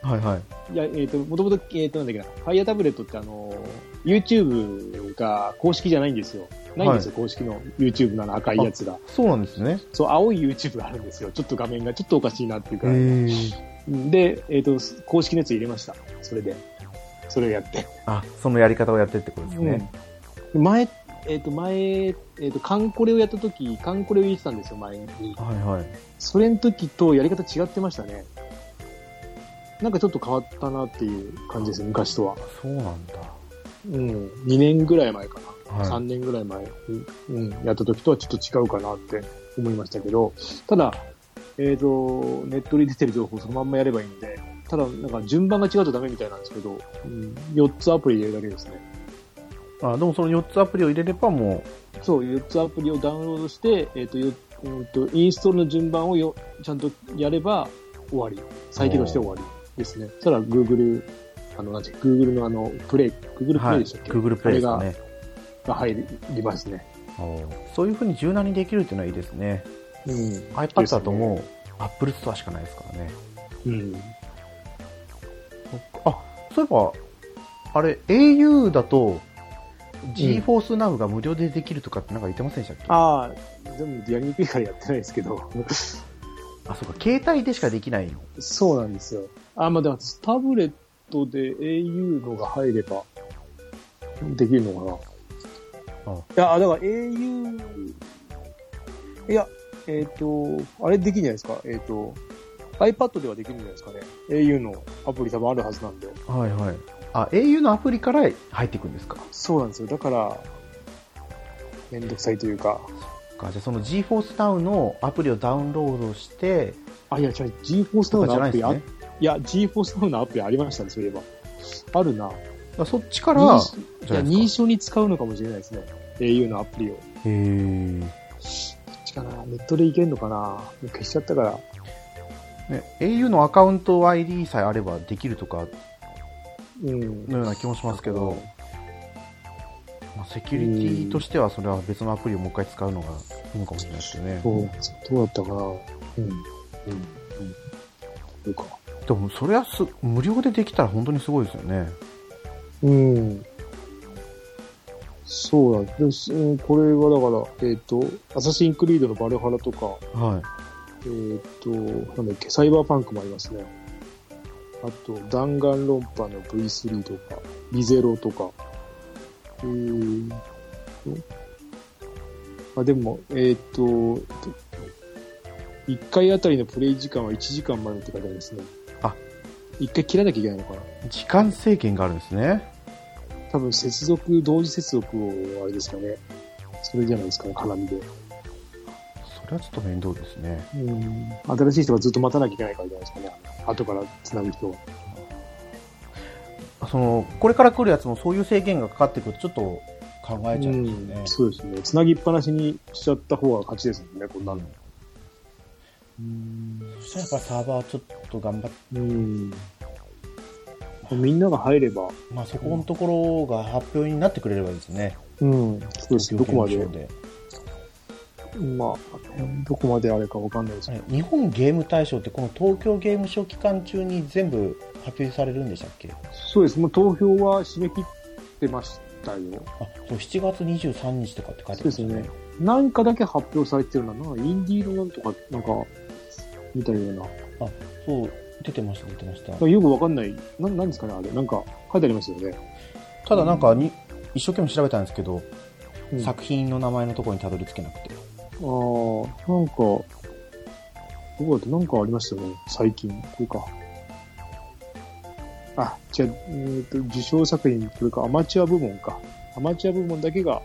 S1: はいはい
S2: いや、えーっと、もともと、えーっと、なんだっけな、ファイヤータブレットってあの、YouTube が公式じゃないんですよ。ないんですよ、公式の YouTube のあの赤いやつが。
S1: そうなんですね
S2: そう、青い YouTube があるんですよ。ちょっと画面がちょっとおかしいなっていうか。
S1: え
S2: で、えーっと、公式のやつ入れました。それで。それをやって。
S1: あそのやり方をやってってことですね、
S2: うん前、えっ、と、前、えっ、と、カンコレをやった時、カンコレを入れてたんですよ、前に。
S1: はいはい
S2: それの時とやり方違ってましたね。なんかちょっと変わったなっていう感じですね、昔とは。
S1: そうなんだ、
S2: うん。2年ぐらい前かな。
S1: はい
S2: 3年ぐらい前に、うん、やった時とはちょっと違うかなって思いましたけど、ただ、えっ、と、ネットに出てる情報をそのまんまやればいいんで、ただ、なんか順番が違うとダメみたいなんですけど、うん、4つアプリ入れるだけですね。
S1: あでもその4つアプリを入れればも
S2: そう、4つアプリをダウンロードして、えっ、と、ようんと、インストールの順番をよ、ちゃんとやれば終わり。再起動して終わりですね。そしたら Google、あの、なんて、Google のあの、プレイ、
S1: う、
S2: Google プ
S1: は
S2: レイ
S1: い、
S2: でしたっけ、
S1: Google プレイですかね
S2: あれが入りますね。
S1: そういうふうに柔軟にできるっていうのはいいですね
S2: うん
S1: iPad だともう Apple Store しかないですからね。
S2: うん。
S1: あそういえばあれ au だと GForce Now が無料でできるとかってなんか言ってませんでしたっけ、あ
S2: ああ、でもやりにくいからやってないですけど。
S1: そうか携帯でしかできないの
S2: そうなんですよ。あ、まあ、でもタブレットで au のが入れば、できるのか
S1: あ
S2: な。いや、だから au、いや、えっ、と、あれできるんじゃないですか。えっ、と、iPad ではできるんじゃないですかね。au のアプリ多分あるはずなんで。
S1: はいはいあ au のアプリから入っていくんですか
S2: そうなんですよ。だから、めんどくさいというか。
S1: かじゃあその GForce Now のアプリをダウンロードして
S2: あ、いや、違う、GForce
S1: とか
S2: Now
S1: じゃな
S2: の
S1: い
S2: ア
S1: ん
S2: プ
S1: で
S2: リ
S1: す
S2: あ、
S1: ね
S2: いや、GForce Now のアプリありましたね、そういえば。あるな。
S1: だからそっちから
S2: 認
S1: じ
S2: い
S1: ゃ
S2: や、
S1: ない
S2: 認
S1: ですか
S2: 証に使うのかもしれないですね。au のアプリを。
S1: へー
S2: どっちかなネットでいけるのかなもう消しちゃったから。
S1: ね、au のアカウント ID さえあればできるとか
S2: うん。
S1: のような気もしますけど、まあ、セキュリティとしてはそれは別のアプリをもう一回使うのがいいのかもしれないですよね
S2: どうどうだったかなうん。うん。うん。そうか。
S1: でもそれはす無料でできたら本当にすごいですよね
S2: うん。そうだ。でもすうん、これはだから、えっ、と、アサシンクリードのバルハラとか、
S1: は
S2: えっ、と、なんだっけ、サイバーパンクもありますね。あと、弾丸論破の V3 とか、リゼロとか。うーん。あ、でも、えっ、と、1回あたりのプレイ時間は1時間までって書いてありますね。
S1: あ
S2: 1回切らなきゃいけないのかな。
S1: い時間制限があるんですね
S2: 多分、接続、同時接続を、あれですかね。それじゃないですかね、絡みで。
S1: それはちょっと面倒ですね
S2: うん。新しい人がずっと待たなきゃいけないからじゃないですかね。後から繋ぐ人は。
S1: そのこれから来るやつもそういう制限がかかってくるとちょっと考えちゃうん
S2: うん
S1: ですよね、
S2: そうですね。つなぎっぱなしにしちゃった方が勝ちですもんね、こんなの。
S1: そしたらやっぱりサーバーちょっと頑張って
S2: うん。みんなが入れば、
S1: まあそこのところが発表になってくれればいいですね、
S2: うん。そうですね。どこまで
S1: 東、京刑務所
S2: まあ、どこまであれかわかんないですけ
S1: で
S2: ど。
S1: あれ日本ゲーム大賞ってこの東京ゲームショー期間中に全部発表されるんでしたっけ
S2: そうです。もう投票は締め切ってましたよ。
S1: あそう7月23日とかって書いて
S2: そう
S1: ま
S2: で
S1: した
S2: す
S1: ね
S2: ね。なんかだけ発表されてるな。なんかインディーのなんとか、なんか、みたいな。なん
S1: そう出てました出てました
S2: かよくわかんない。ななんですかね、あれ。なんか書いてありますよね。
S1: ただなんかに一生懸命調べたんですけど、
S2: うん
S1: 作品の名前のところにたどり着けなくて
S2: ああ、なんか、どこだってなんかありましたよね、最近。これか。あ、じゃあ、えーと、受賞作品、これか、アマチュア部門か。アマチュア部門だけが、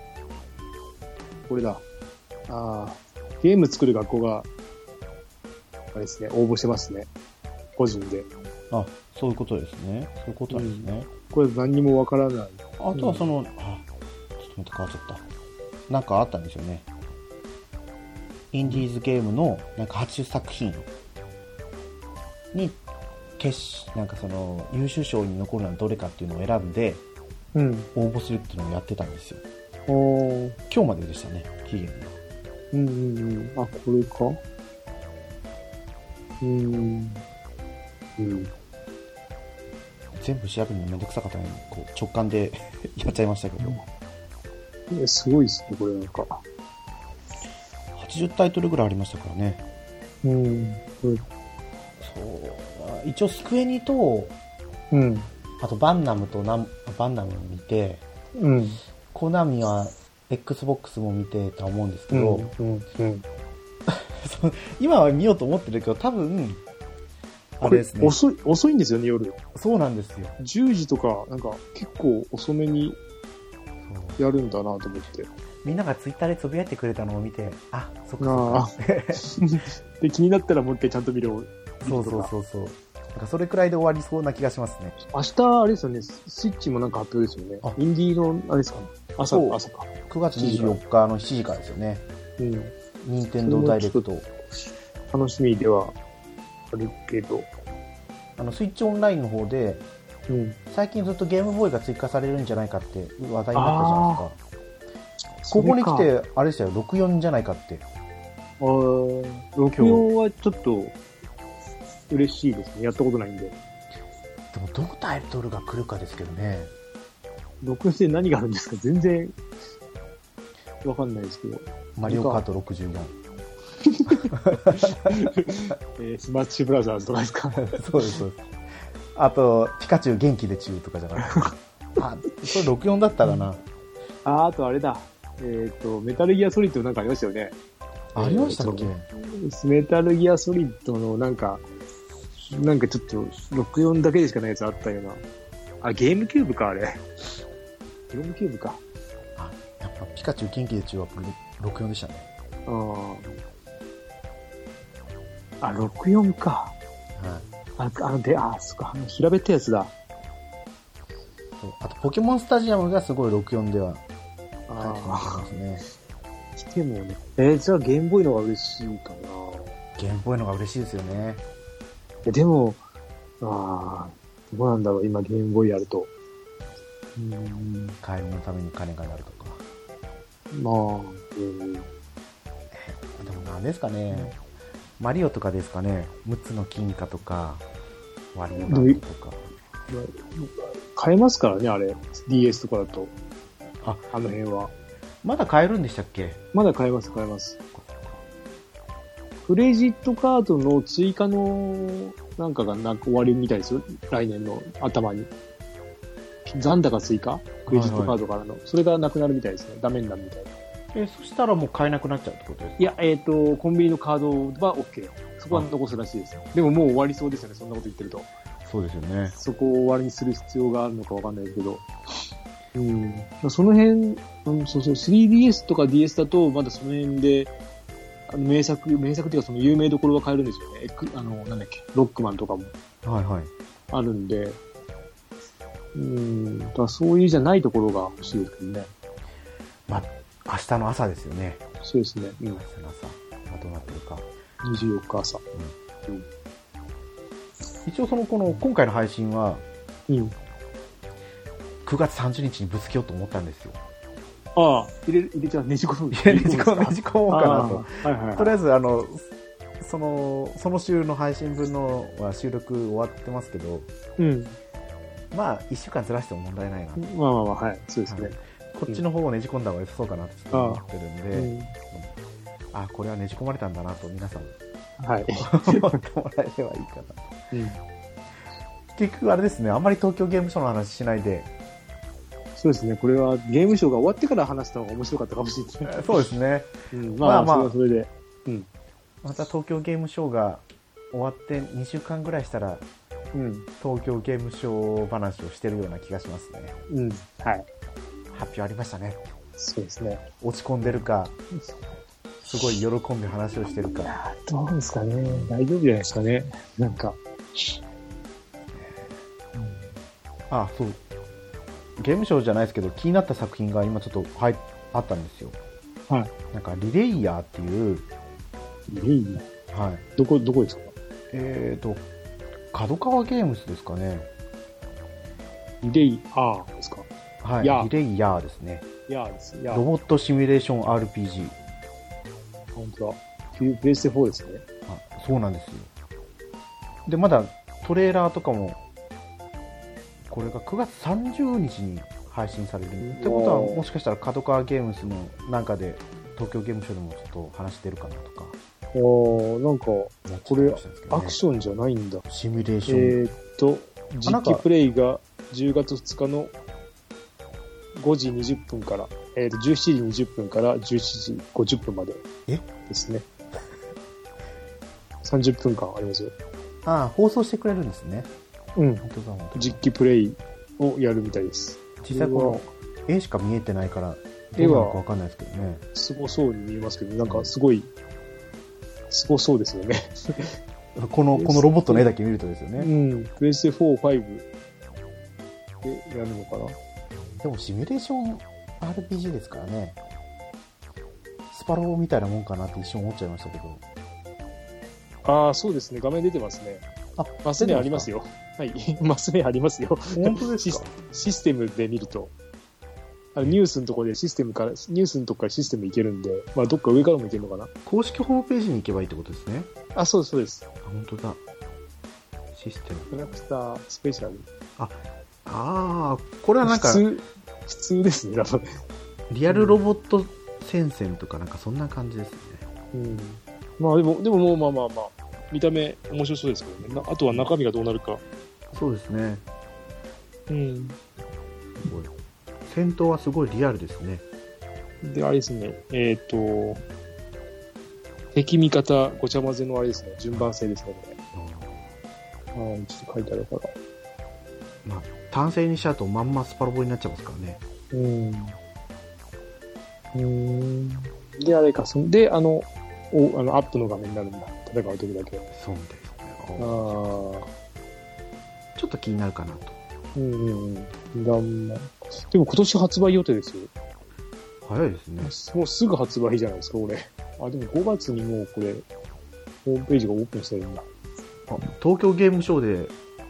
S2: これだ。ああ、ゲーム作る学校が、あれですね、応募してますね。個人で。
S1: あ、そういうことですね。そういうことなんですね。
S2: これ何にもわからない。
S1: あとはその、あ、ちょっと待って、変わっちゃった。なんかあったんですよね。インディーズゲームの、なんか80作品に、決し、なんかその、優秀賞に残るのはどれかっていうのを選んで、
S2: うん。
S1: 応募するっていうのをやってたんですよ。
S2: おー。
S1: 今日まででしたね、期限が。
S2: うんうんうん。あ、これか。うん。うん。
S1: 全部調べるのめんどくさかったのに、こう、直感で やっちゃいましたけど。
S2: えすごいですね、これなんか。
S1: 80タイトルぐらいありましたからね。
S2: うん。
S1: そう。一応、スクエニと、
S2: うん。
S1: あとバンナムとナム、あバンナムを見て、
S2: うん。
S1: コナミは Xbox も見てた思うんですけ
S2: う
S1: ど、
S2: ん。うん。
S1: その今は見ようと思ってるけど、多分、あ
S2: こ
S1: れ
S2: れ
S1: ですね。
S2: 遅い、遅いんですよね、夜。
S1: そうなんですよ。
S2: 10時とか、なんか、結構遅めに
S1: そう
S2: やるんだなと思って。
S1: みんながツイッターでつぶやいてくれたのを見て、あ、そっか
S2: あ
S1: そっか。
S2: で、気になったらもう一回ちゃんと見る。
S1: そうそうそうそう。なんかそれくらいで終わりそうな気がしますね。
S2: 明日、あれですよね、ススイッチもなんか発表ですよね
S1: あ。
S2: インディーの、あれですかね。朝
S1: そう、
S2: 朝か。
S1: 9月24日の7時からですよね。
S2: うん。
S1: 任天堂ダイレクト。
S2: 楽しみではあるけど。
S1: あの、スイッチオンラインの方で、
S2: うん。
S1: 最近ずっとゲームボーイが追加されるんじゃないかって話題になったじゃないですか。ここに来て、あれでしたよ、64じゃないかって。
S2: あー録音はちょっと嬉しいですね。やったことないんで。
S1: でも、どのタイトルが来るかですけどね。
S2: 録音して何があるんですか全然わかんないですけ ど。
S1: マリオカート64。
S2: えースマッシュブラザーズとかです か
S1: そうです、そうです。あと、ピカチュウ元気でチューとかじゃなくて。 あ、それ64だったかな。
S2: あー、あとあれだ。えっ、と、メタルギアソリッドなんかありましたよね。
S1: ありましたっけ
S2: メタルギアソリッドのなんか、なんかちょっと64だけでしかないやつあったような。あ、ゲームキューブか、あれ。ゲームキューブか。
S1: あ、やっぱピカチュウ元気でチューはこれ64でしたね。
S2: あーあ、64か。
S1: はい。
S2: あ、あの、で、あ、そっか、あの平べったいやつだ。
S1: そうあと、ポケモンスタジアムがすごい64では書いて
S2: あ
S1: ますね。
S2: あ、来てもね。えーじゃあゲームボーイの方が嬉しいかな。
S1: ゲームボーイのが嬉しいですよね。
S2: えでも、ああ、どうなんだろう、今ゲームボーイやると。うーん、
S1: 買い物のために金がなるとか。
S2: まあ、うん、
S1: でも何ですかね、マリオとかですかね、6つの金貨とか、割り物とか。
S2: 買えますからね、あれ。DS とかだと。
S1: あ、
S2: あの辺は。
S1: まだ買えるんでしたっけ
S2: まだ買えます、買えます。クレジットカードの追加のなんかがなんか終わりみたいですよ。来年の頭に。残高追加クレジットカードからの。それがなくなるみたいですね。ダメになるみたいな。
S1: え、そしたらもう買えなくなっちゃうってことです
S2: いや、えっ、と、コンビニのカードは OK よ。そこは残すらしいですよ。でももう終わりそうですよね。そんなこと言ってると。
S1: そうですよね。
S2: そこを終わりにする必要があるのかわかんないけど。うん。その辺、うん、そうそう、3DS とか DS だと、まだその辺で、あの名作、名作っていうかその有名どころは変えるんですよね。エクあの、なんだっけ、ロックマンとかも
S1: はいはい。
S2: あるんで。うん、だからそういうじゃないところが欲しいですけどね。
S1: まあ、明日の朝ですよね。
S2: そうですね。うん
S1: 明。日の朝。まあ、どうなってるか。
S2: 24日朝。
S1: 一応その、この、今回の配信は、
S2: うん。
S1: 9月30日にぶつけようと思ったんですよ。
S2: ああ、入れ、入れちゃう。ねじ込 む。
S1: いや、ねじ込む、ねじ込もうかなと。
S2: ああはいはい、
S1: とり
S2: は
S1: あえ
S2: い。
S1: ず、あの、その、その週の配信分のは収録終わってますけど、
S2: うん。
S1: まあ、1週間ずらしても問題ないなと。
S2: まあまあまあ、はい。そうですね。
S1: こっちの方をねじ込んだ方が良さそうかなとちょっと思ってるんで、あ、これはねじ込まれたんだなと皆 さん
S2: うん、はい。
S1: 思ってもらえればいいかな。
S2: うん
S1: 結局あれですね、あんまり東京ゲームショウの話しないで、
S2: そうですね、これはゲームショーが終わってから話した方が面白かったかもしれない ですね。
S1: そうですね、
S2: うん
S1: ま
S2: ま
S1: あ
S2: あ
S1: ま
S2: ま
S1: あ
S2: あ、それはそれで。
S1: また東京ゲームショウが終わって2週間ぐらいしたら、
S2: うん。
S1: 東京ゲームショウ話をしてるような気がしますね。
S2: うん。はい。
S1: 発表ありましたね。
S2: そうですね。
S1: 落ち込んでるか、すごい喜んで話をしてるか。
S2: どうですかね。大丈夫じゃないですかね。なんか。
S1: あそうゲームショーじゃないですけど気になった作品が今ちょっと入っあったんですよ
S2: は
S1: なんかリレイヤーっていう、
S2: い。いえいえ。
S1: はい、
S2: どこ、どこですか
S1: えーと角川ゲームズですかね
S2: イレイアーですか
S1: はい
S2: やあ
S1: リレイヤーですね
S2: ヤーです。ヤ
S1: ロ
S2: ー。
S1: ボットシミュレーション RPG
S2: 本当だ。プレプレステ4ですね。
S1: あそうなんですよでまだトレーラーとかもこれが9月30日に配信されるってことは
S2: うわー
S1: もしかしたら角川ゲームズのなんかで東京ゲームショウでもちょっと話してるかなとか
S2: おー、なんか、これアク
S1: ョ
S2: ションじゃないんだ。
S1: ンシミュレーション、
S2: えーっと、
S1: あなん
S2: 実
S1: か
S2: 機プレイが10月2日の5時20分から、えーっと、17時20分から17時50分まで
S1: え
S2: ですね。30分間ありますよ。
S1: ああ放送してくれるんですね
S2: うん。
S1: 本当だ本当だ
S2: 実機プレイをやるみたいです。
S1: 実際この絵しか見えてないからどうなのかわかんないですけどね
S2: すごそうに見えますけど、なんかすごい、すごそうですよね。
S1: このこのロボットの絵だけ見るとですよ
S2: う
S1: ね、
S2: ん。プレステ4、5でやるのかな
S1: でもシミュレーション RPG ですからねスパロボみたいなもんかなって一瞬思っちゃいましたけど
S2: ああ、そうですね。画面出てますね。
S1: あ
S2: マス目ありますよ。はい。 マス目ありますよ。
S1: 本当です
S2: シ
S1: か
S2: スシステムで見ると。あのニュースのとこでシステムから、ニュースのとこからシステムいけるんで、まあ、どっか上からもいけるのかな。
S1: 公式ホームページに行けばいいってことですね
S2: あ、そうです、そうです。
S1: あ本当だシステム
S2: キャラクタースペシャル。
S1: ああこれはなんか
S2: 普通、普通ですね、多分。
S1: リアルロボット戦線とかなんかそんな感じですね
S2: うん。まあ、でも、でももう、まあまあまあ、見た目面白そうですけどね。なあとは中身がどうなるか。
S1: そうですね
S2: うん。
S1: すごい戦闘はすごいリアルですね
S2: で、あれですね、えっ、と、敵味方ごちゃ混ぜのあれですね、順番性ですね、これ。はい、ちょっと書いてあるから。
S1: まあ、単性にしちゃうとまんまスパロボになっちゃいますからね。
S2: うん。うん。で、あれか、そんで、あの、おあのアップの画面になるんだ。戦う時だけ。
S1: そうみたいですね
S2: ああ。
S1: ちょっと気になるかなと。
S2: うんうんうん。だんま。でも今年発売予定ですよ。
S1: 早いですね。
S2: もうすぐ発売じゃないですか、これ。あ、でも5月にもうこれ、ホームページがオープンしてるんだ。
S1: あ東京ゲームショーで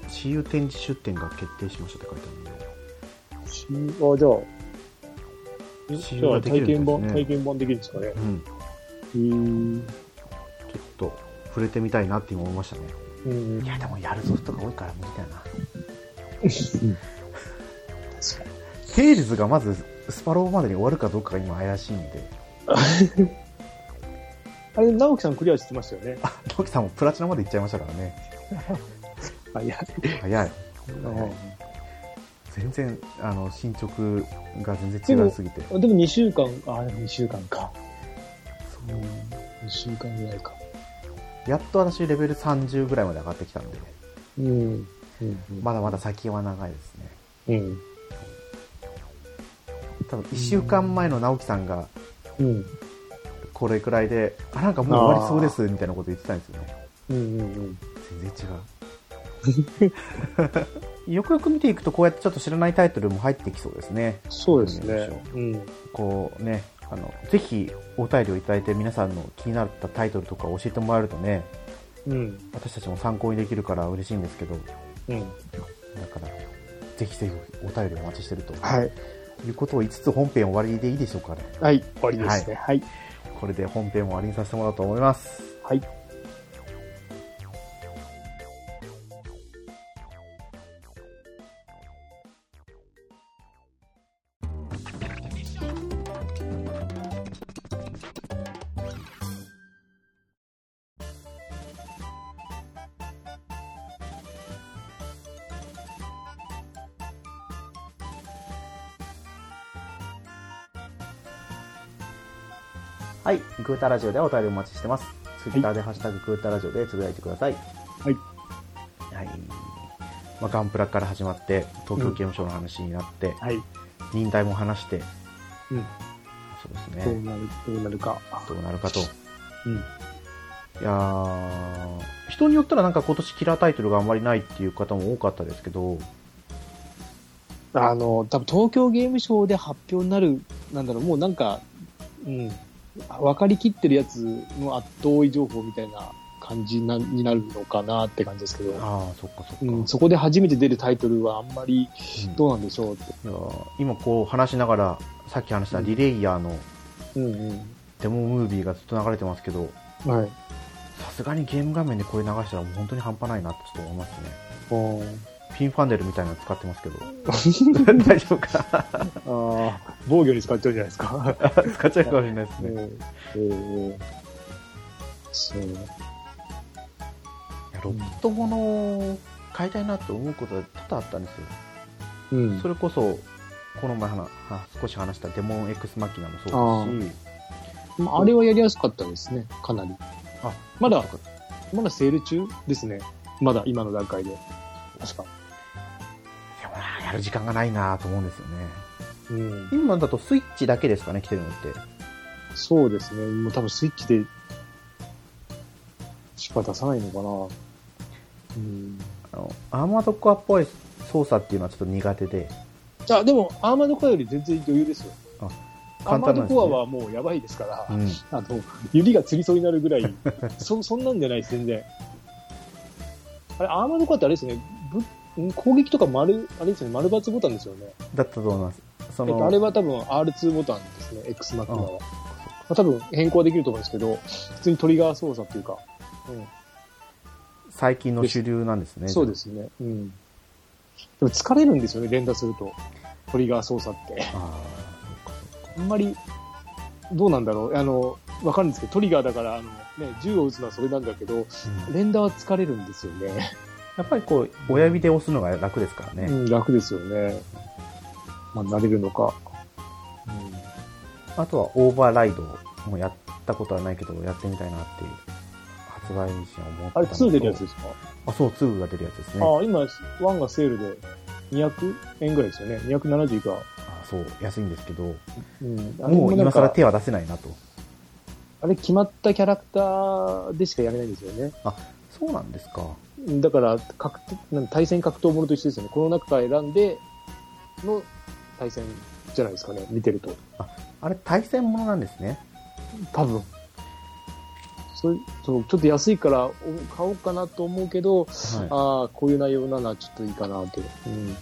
S1: 私有展示出展が決定しましたって書いてあるんで。
S2: しあ、じゃあ、え
S1: 使
S2: じ
S1: 用
S2: ゃ
S1: が
S2: あ
S1: できる
S2: 体
S1: ん
S2: 験
S1: です
S2: 版、
S1: ね
S2: 体験版できるんですかね。
S1: うん。
S2: うん。
S1: ちょっと触れてみたいなって今思いましたね。
S2: うん
S1: い。 や、でもやるソフトが多いから無理だよな。テイルズがまずスパロボまでに終わるかどうかが今怪しいんで。
S2: あれ、直樹さんクリアしてましたよね。
S1: あ、トキさんもプラチナまで行っちゃいましたからね。
S2: あ、いや、
S1: 早い。
S2: あ
S1: 全然、あの、進捗が全然違いすぎて。
S2: でも2週間、あ、でも2週間か。
S1: そう
S2: 2週間ぐらいか。
S1: やっと私レベル30ぐらいまで上がってきたんで、
S2: うん。うん、うん。
S1: まだまだ先は長いですね。
S2: うん。
S1: 多分1週間前の直樹さんが
S2: うん。
S1: これくらいで、あ、なんかもう終わりそうですみたいなこと言ってたんですよね。
S2: うん。うん。
S1: 全然違う。 よくよく見ていくとこうやってちょっと知らないタイトルも入ってきそうですね。
S2: そうですね。うん。
S1: こうね、あの、ぜひお便りをいただいて皆さんの気になったタイトルとか教えてもらえるとね、
S2: うん。
S1: 私たちも参考にできるから嬉しいんですけど、
S2: うん。
S1: だから、ぜひぜひお便りお待ちしてると。
S2: はい。
S1: ということを5つ本編終わりでいいでしょうかね。
S2: はい。終わりですね。はい。
S1: これで本編を終わりにさせてもらおうと思います。
S2: はい。
S1: はい。グータラジオではお便りお待ちしてます。ツイッターでハッシュタググータラジオでつぶやいてください。
S2: はい。
S1: はい。まあ、ガンプラから始まって、東京刑務所の話になって、
S2: はい。
S1: 忍耐も話して、
S2: うん。
S1: そうです
S2: どう
S1: ね、
S2: なる、どうなるか。
S1: どうなるかと。い
S2: うん。
S1: やー人によったらなんか今年キラータイトルがあんまりないっていう方も多かったですけど、
S2: あの、多分東京ゲームショウで発表になる、なんだろう、もうなんか、うん、分かりきってるやつの圧倒い情報みたいな感じなになるのかなって感じですけど、
S1: ああ、そっかそっか。
S2: うん、そこで初めて出るタイトルはあんまり
S1: うん
S2: どうなんでしょうって。
S1: いやー今こう話しながら、さっき話したリレイヤーの
S2: うん
S1: デモムービーがずっと流れてますけど、
S2: うん。はい。
S1: さすがにゲーム画面でこれ流したらもう本当に半端ないなってちょっと思いますね。
S2: お
S1: ピンファンデルみたいなの使ってますけど。大丈夫か
S2: ああ、防御に使ってるんじゃないです か。
S1: 使っちゃうかもしれないですね。い
S2: ええええそう。
S1: やロボットものを買いたいなって思うことが多々あったんですよ。
S2: うん
S1: そ。れこそ、この前話あ少し話したデモン X マキナもそうですし、
S2: まああれはやりやすかったですね、かなり。
S1: あ
S2: まだ、まだセール中ですね。まだ今の段階で。確か。
S1: でもな、やる時間がないなと思うんですよね。
S2: うん。
S1: 今だとスイッチだけですかね、来てるのって。
S2: そうですね。もう多分スイッチでしか出さないのかな。うん。
S1: あの、アーマードコアっぽい操作っていうのはちょっと苦手で、
S2: じゃあ、でも、アーマードコアより全然余裕ですよ。
S1: あ
S2: アー
S1: 簡
S2: マ
S1: 単
S2: ード
S1: なんですね
S2: コアはもうやばいですから、
S1: うん。
S2: あの、指がつりそうになるぐらい、そ、そんなんじゃないです、全然。あれ、アーマードコアってあれですね、ぶん攻撃とか丸、あれですね、丸×ボタンですよね。
S1: だったと思います。そ
S2: えっ
S1: の、
S2: と、あれは多分 R2 ボタンですね、X マックは。まあ、多分変更はできると思うんですけど、普通にトリガー操作っていうか、う
S1: 最近の主流なんですね。
S2: ん、そうですね。うん。でも疲れるんですよね、連打すると。トリガー操作って。
S1: じゃあ。ああ、そっかそっか。
S2: あんまり、どうなんだろう。あの、わかるんですけど、トリガーだから、あの、ね、銃を撃つのはそれなんだけど、
S1: うん
S2: 連打は疲れるんですよね。
S1: やっぱりこう、親指で押すのが楽ですからね。
S2: うん、楽ですよね。まあ、慣れるのか。うん
S1: あとはオーバーライドもやったことはないけど、やってみたいなっていう、発売日に思ってたの
S2: あれ、
S1: と
S2: 2出るやつですか
S1: あ、そう、2が出るやつですね。
S2: ああ、今、1がセールで200円ぐらいですよね。270いくら。
S1: あそう、安いんですけど、
S2: うん。あれ
S1: もう
S2: なん
S1: 今
S2: か
S1: 更手は出せないなと。
S2: あれ、決まったキャラクターでしかやれないんですよね。
S1: そうなんですか。
S2: うんだから、格闘なん対戦格闘ものと一緒ですよね。この中から選んでの対戦じゃないですかね。見てると。
S1: あれ、対戦ものなんですね。
S2: 多分。そうそうちょっと安いからお買おうかなと思うけど、
S1: は
S2: ああ、こういう内容ならちょっといいかなと。うん。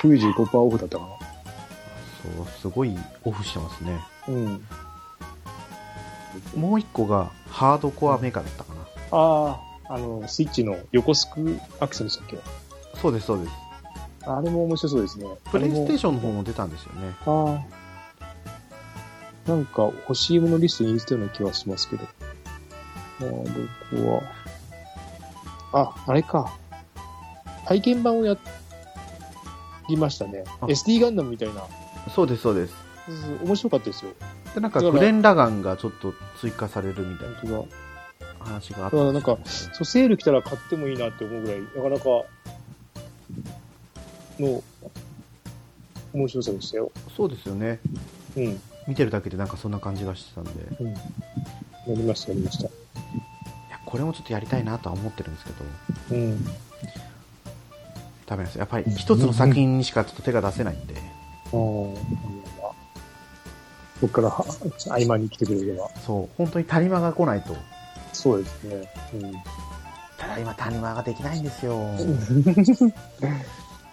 S2: 95%オフだったか
S1: い。そう、すごいオフしてますね。
S2: な。うん。
S1: もう一個が、ハードコアメカだったかな。
S2: ああ、あの、スイッチの横スクアクセルでしたっけ
S1: そうです、そうです。
S2: あれも面白そうですね。
S1: プレイステー
S2: シ
S1: ションの方も出たんですよね。
S2: ョンああ。なんか欲しいものリストに入れてたような気はしますけど。まあ、僕は。あ、あれか。体験版をやりましたね。
S1: あ
S2: SD ガンダムみたいな。
S1: そうです、そうです。
S2: そうそう面白かったですよ。
S1: で、なんか、
S2: だから
S1: グレン・ラガンがちょっと追加されるみたいな
S2: 本当だ。
S1: 話があったんですけどね
S2: そう、セール来たら買ってもいいなって思うぐらい、なかなかの面白さでしたよ。
S1: そうですよね。
S2: うん。
S1: 見てるだけでなんかそんな感じがしてたんで。い
S2: うん。やりました、やりました。
S1: や、これもちょっとやりたいなとは思ってるんですけど、
S2: うん。
S1: ダメなんですよ。やっぱり一つの作品にしかちょっと手が出せないんで。
S2: ああ、僕からは合間に来てくれれば。
S1: そう、本当に谷間が来ないと。
S2: そうですね。うん。
S1: ただ今谷間ができないんですよ。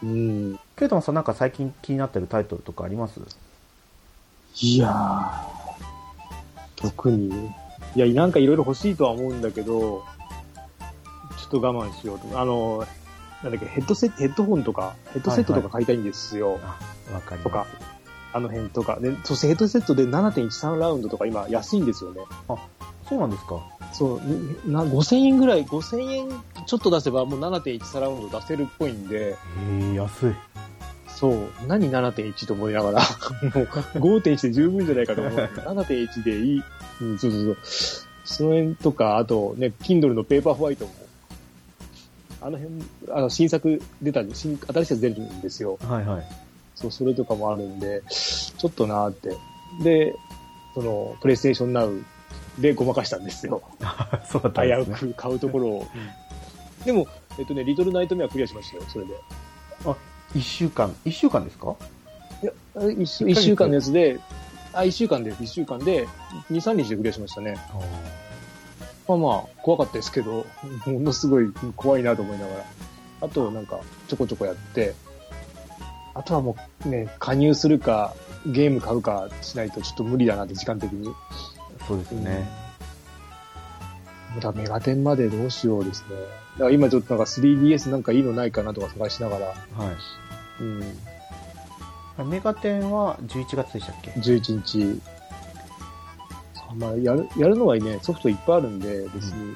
S2: うん、
S1: ケイトマンさんなんか最近気になってるタイトルとかあります
S2: いやー、特に。いや、なんかいろいろ欲しいとは思うんだけど、ちょっと我慢しようと。あの、なんだっけ、ヘッドセット、ヘッドホンとか、ヘッドセットとか買いたいんですよ。
S1: あ、わかり
S2: と
S1: ま
S2: か、あの辺とか。で、そしてヘッドセットで7.13ラウンドとか今安いんですよね。
S1: す。そうなんですか。
S2: そう、な5000円ぐらい、5000円ちょっと出せばもう7.13ラウンド出せるっぽいんで、
S1: へえ、安い。
S2: そう、何7.1と思いながら、 もう5.1で十分じゃないかと思うんだけど、7.1でいい。うん、そうそうそう。その辺とか、あとね、Kindle のペーパーホワイトも、あの辺、あの新作出たり、新、新しいやつ出るんですよ。
S1: はいはい。
S2: そう、それとかもあるんで、ちょっとなーって。で、その、プレイステーションナウでごまかしたんですよ。
S1: そうだったん
S2: 危
S1: です
S2: う
S1: ね。
S2: く買うところを。でも、えっとね、リトルナイトメアクリアしましたよ、それで。
S1: 一週間、一週間ですか
S2: いや、1週一週間のやつで、あ、1週間です、1週間で、2、3日でクリアしましたね。まあまあ、怖かったですけど、ものすごい怖いなと思いながら。あと、なんか、ちょこちょこやって、あとはもうね、加入するか、ゲーム買うかしないとちょっと無理だなって、時間的に。
S1: そうですね。
S2: まだメガテンまでどうしようですね。だから今ちょっとなんか 3DS なんかいいのないかなとか探しながら、
S1: はい。
S2: うん、
S1: メガテンは11月でしたっけ
S2: 11日。まあ、やる、やるのはいいね、ソフトいっぱいあるんで、別に、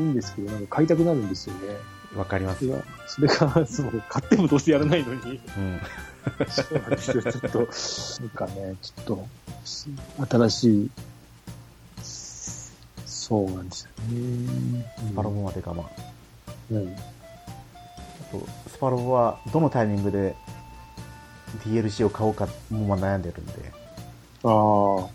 S2: いいんですけど、なんか買いたくなるんですよね。
S1: わかります
S2: い。や、それが、 その、買ってもどうせやらないのに。
S1: うん。
S2: そうなんですよ、ちょっと。なんかね、ちょっと、新しい、そうなんですよね。
S1: スパロボまで我慢。あ
S2: うん。
S1: と、スパロボはどのタイミングで DLC を買おうか、もう悩んでるんで。
S2: ああ。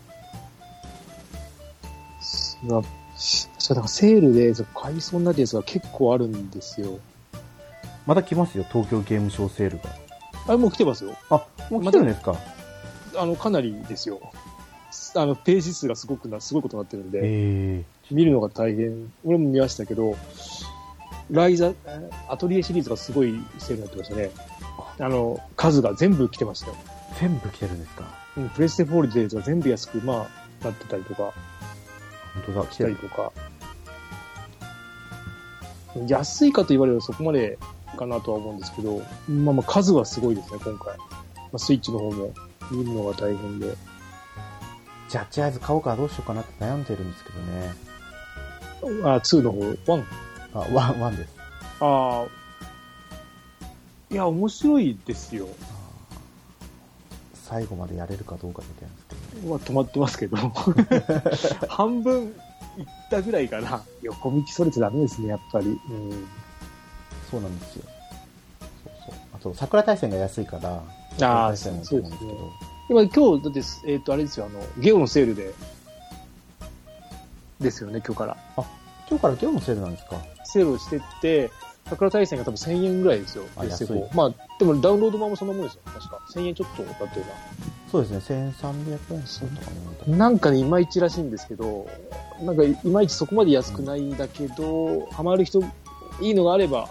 S2: なそう、だからセールでそう買いそうになるやつが結構あるんですよ。
S1: また来ますよ、東京ゲームショーセールが。
S2: あれもう来てますよ。
S1: あ、もう来てるんですか、
S2: あの、かなりですよ。あの、ページ数がすごくな、すごいことになってるんで、
S1: え
S2: 見るのが大変。俺も見ましたけど、ライザ、えーアトリエシリーズがすごいセールになってましたね。あの、数が全部来てましたよ。
S1: え全部来てるんですか
S2: うんプレステ4でが全部安く、まあ、なってたりとか。
S1: 本当だ、来
S2: 来
S1: て
S2: たり
S1: る。
S2: とか。安いかと言われればそこまでかなとは思うんですけど、まあまあ数はすごいですね、今回。まあ、スイッチの方も見るのが大変で。
S1: ジャッジアイズ買おうかどうしようかなって悩んでるんですけどね。
S2: あ、2の方、1。
S1: あ、ワン、ワンです。
S2: ああ。いや、面白いですよ。
S1: 最後までやれるかどうかみたいなんですけど、
S2: まあ、止まってますけど。 半分いったぐらいかな。横道それてダメですね、やっぱり。うん。
S1: そうなんですよ。そうそう。あと、桜大戦が安いから、
S2: あ
S1: 桜
S2: あ、
S1: 大
S2: そ
S1: 戦
S2: う
S1: だと思うん
S2: で
S1: で
S2: す
S1: すけ
S2: ね。
S1: ど、
S2: 今今日、だって、えっ、と、あれですよ、あの、ゲオのセールで、ですよね、今日から。
S1: 今日からゲームセールなんですか
S2: セールをしてって、桜大戦が多分1000円ぐらいですよ、
S1: あ
S2: PS4
S1: 安
S2: まあ、でもダウンロード版もそんなもんですよ、確か。1000円ちょっとだったよ
S1: そうですね、1300円するとかね。
S2: うな。なんかね、いまいちらしいんですけど、なんかいまいちそこまで安くないんだけど、ハマる人、いいのがあれば、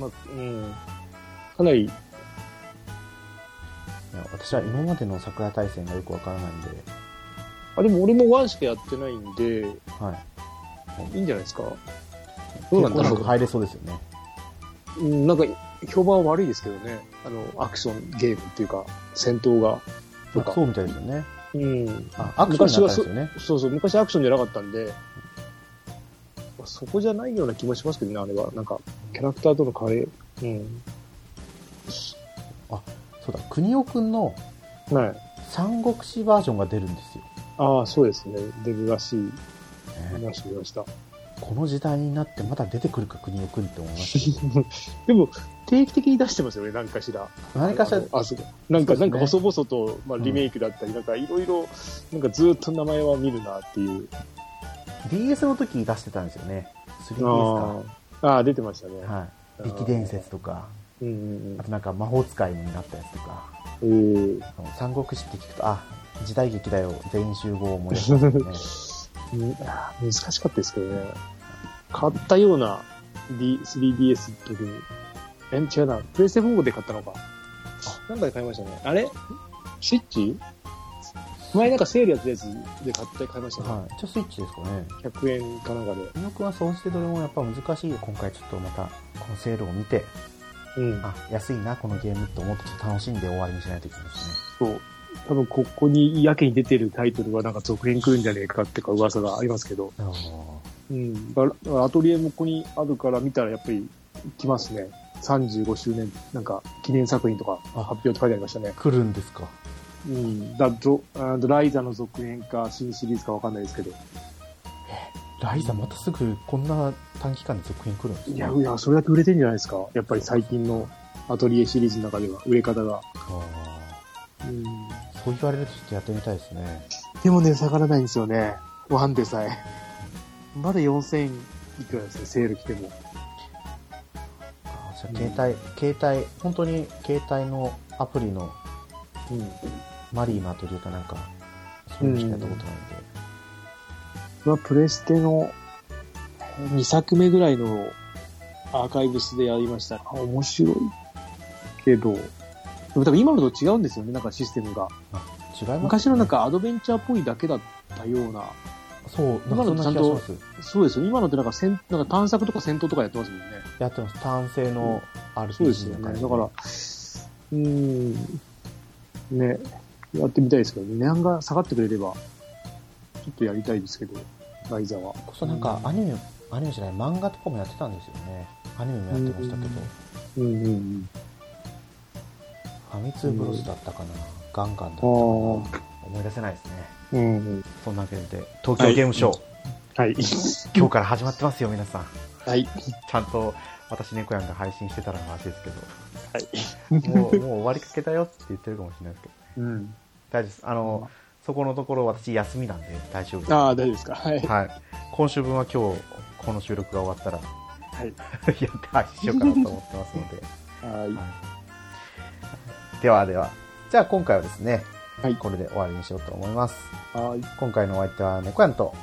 S2: まあ、うん、かなり、
S1: いや私は今までの桜大戦がよくわからないんで、
S2: あ、でも俺も1しかやってないんで、
S1: はい。
S2: いいんじゃないですかどうなんだ
S1: 結
S2: ろ
S1: 構
S2: う
S1: 入れそうですよね。
S2: うんなんか、評判は悪いですけどね。あの、アクションゲームっていうか、戦闘が。とか。
S1: そうみたいですよね。
S2: うん。
S1: あ、アクションになったんですよね。
S2: そうそう、昔アクションじゃなかったんで、まあそこじゃないような気もしますけどね、あれは。なんか、キャラクターとの変え、うん。
S1: そうだ、国尾くんの
S2: はい。
S1: 三国志バージョンが出るんですよ。
S2: ああ、そうですね。デブらしい
S1: ね
S2: 話を見ました。
S1: この時代になってまだ出てくるか国尾くんって思いま し
S2: でも、定期的に出してますよね、何かしら。
S1: た。何かしら
S2: あの、あ、そうなんか、
S1: そうですね
S2: なんか細々と、まあ、リメイクだったり、なんかいろいろ、なんかずっと名前は見るなっていう。
S1: DS の時出してたんですよね。3DS
S2: あ
S1: か。
S2: あ、ああ、出てましたね。
S1: はい。力伝説とか、
S2: うんうん
S1: あとなんか魔法使いになったやつとか、
S2: うん。え
S1: あの三国志って聞くと、あ、時代劇だよ、全員集合を思い出しますよね。
S2: え 難しかったですけどね。買ったような D 3DS の時に。え、違うな。プレステ4で買ったのか。あ、なんかで買いましたね。あれスイッチ前なんかセールやってるやつで買って買いましたね。
S1: はい。じゃあスイッチですかね。
S2: 100円かなんかで。
S1: 国尾くんは損してどれもやっぱ難しいよ。今回ちょっとまた、このセールを見て、
S2: うん。
S1: あ、安いな、このゲームって思ってちょっと楽しんで終わりにしないといけないですね。
S2: そう。多分ここにやけに出てるタイトルはなんか続編来るんじゃねえかっていうか噂がありますけど。
S1: あの
S2: うん。だからアトリエもここにあるから見たらやっぱり来ますね。35周年、なんか記念作品とか発表って書いてありましたね。
S1: ー来るんですか。
S2: うん、だドあードライザの続編か新シリーズかわかんないですけど、
S1: ライザまたすぐこんな短期間で続編来るんです
S2: い
S1: ね
S2: や、いや、それだけ売れてんじゃないですか。やっぱり最近のアトリエシリーズの中では、売れ方が。
S1: あ
S2: うん
S1: ーそう言われるとちょっとやってみたいですね。
S2: でもね、下がらないんですよね。ワンでさえ。 まだ4000いくらですね、セール来ても。
S1: あー
S2: うん
S1: じゃあ携帯、携帯、本当に携帯のアプリの
S2: うん。
S1: マリーのアトリエかなんか、そういうのしかやったことないんで。
S2: まあ、プレステの2作目ぐらいのアーカイブスでやりました。あ面白いけど、でも多分今のと違うんですよね、なんかシステムが。
S1: 違います、ね、
S2: 昔のなんかアドベンチャーっぽいだけだったような。
S1: そう、なんか
S2: 今
S1: そ
S2: の
S1: んな
S2: ちゃん
S1: 気が
S2: と
S1: します。
S2: そうですよ、今のってなんか戦なんか探索とか戦闘とかやってますもんね。
S1: やってます。単性の
S2: そうですよ
S1: RPG
S2: ね。
S1: な感
S2: だか
S1: じ
S2: ら、うーん、ね、やってみたいですけど、値段が下がってくれれば、ちょっとやりたいですけど、ライザは。
S1: こそなんかアニメ、アニメじゃない、漫画とかもやってたんですよね。アニメもやってましたけど、
S2: うん
S1: フ
S2: うんうんうん。
S1: ァミツブロスだったかな、ガンガンだったかな、思い出せないですね。
S2: うんうん。
S1: そんなわけで、東京ゲームショー、
S2: はい。
S1: 今日から始まってますよ、皆さん。
S2: はい。
S1: ちゃんと私、猫やんが配信してたらの話ですけ
S2: い
S1: ど、も う、もう終わりかけだよって言ってるかもしれないですけど、
S2: うん。
S1: 大丈夫です。あの、そこのところ私休みなんで大丈夫です。
S2: ああ、大丈夫ですか。はい。
S1: はい。今週分は今日、この収録が終わったら、
S2: はい。
S1: やって配信しようかなと思ってますので。
S2: は
S1: ではでは。じゃあ今回はですね、
S2: はい
S1: これで終わりにしようと思います。
S2: い。はい。
S1: 今回のお相手は猫やんと、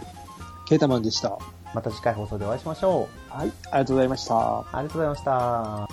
S2: ケータマンでした。は
S1: また次回放送でお会いしましょう。
S2: い。ありがとうございました。
S1: ありがとうございました。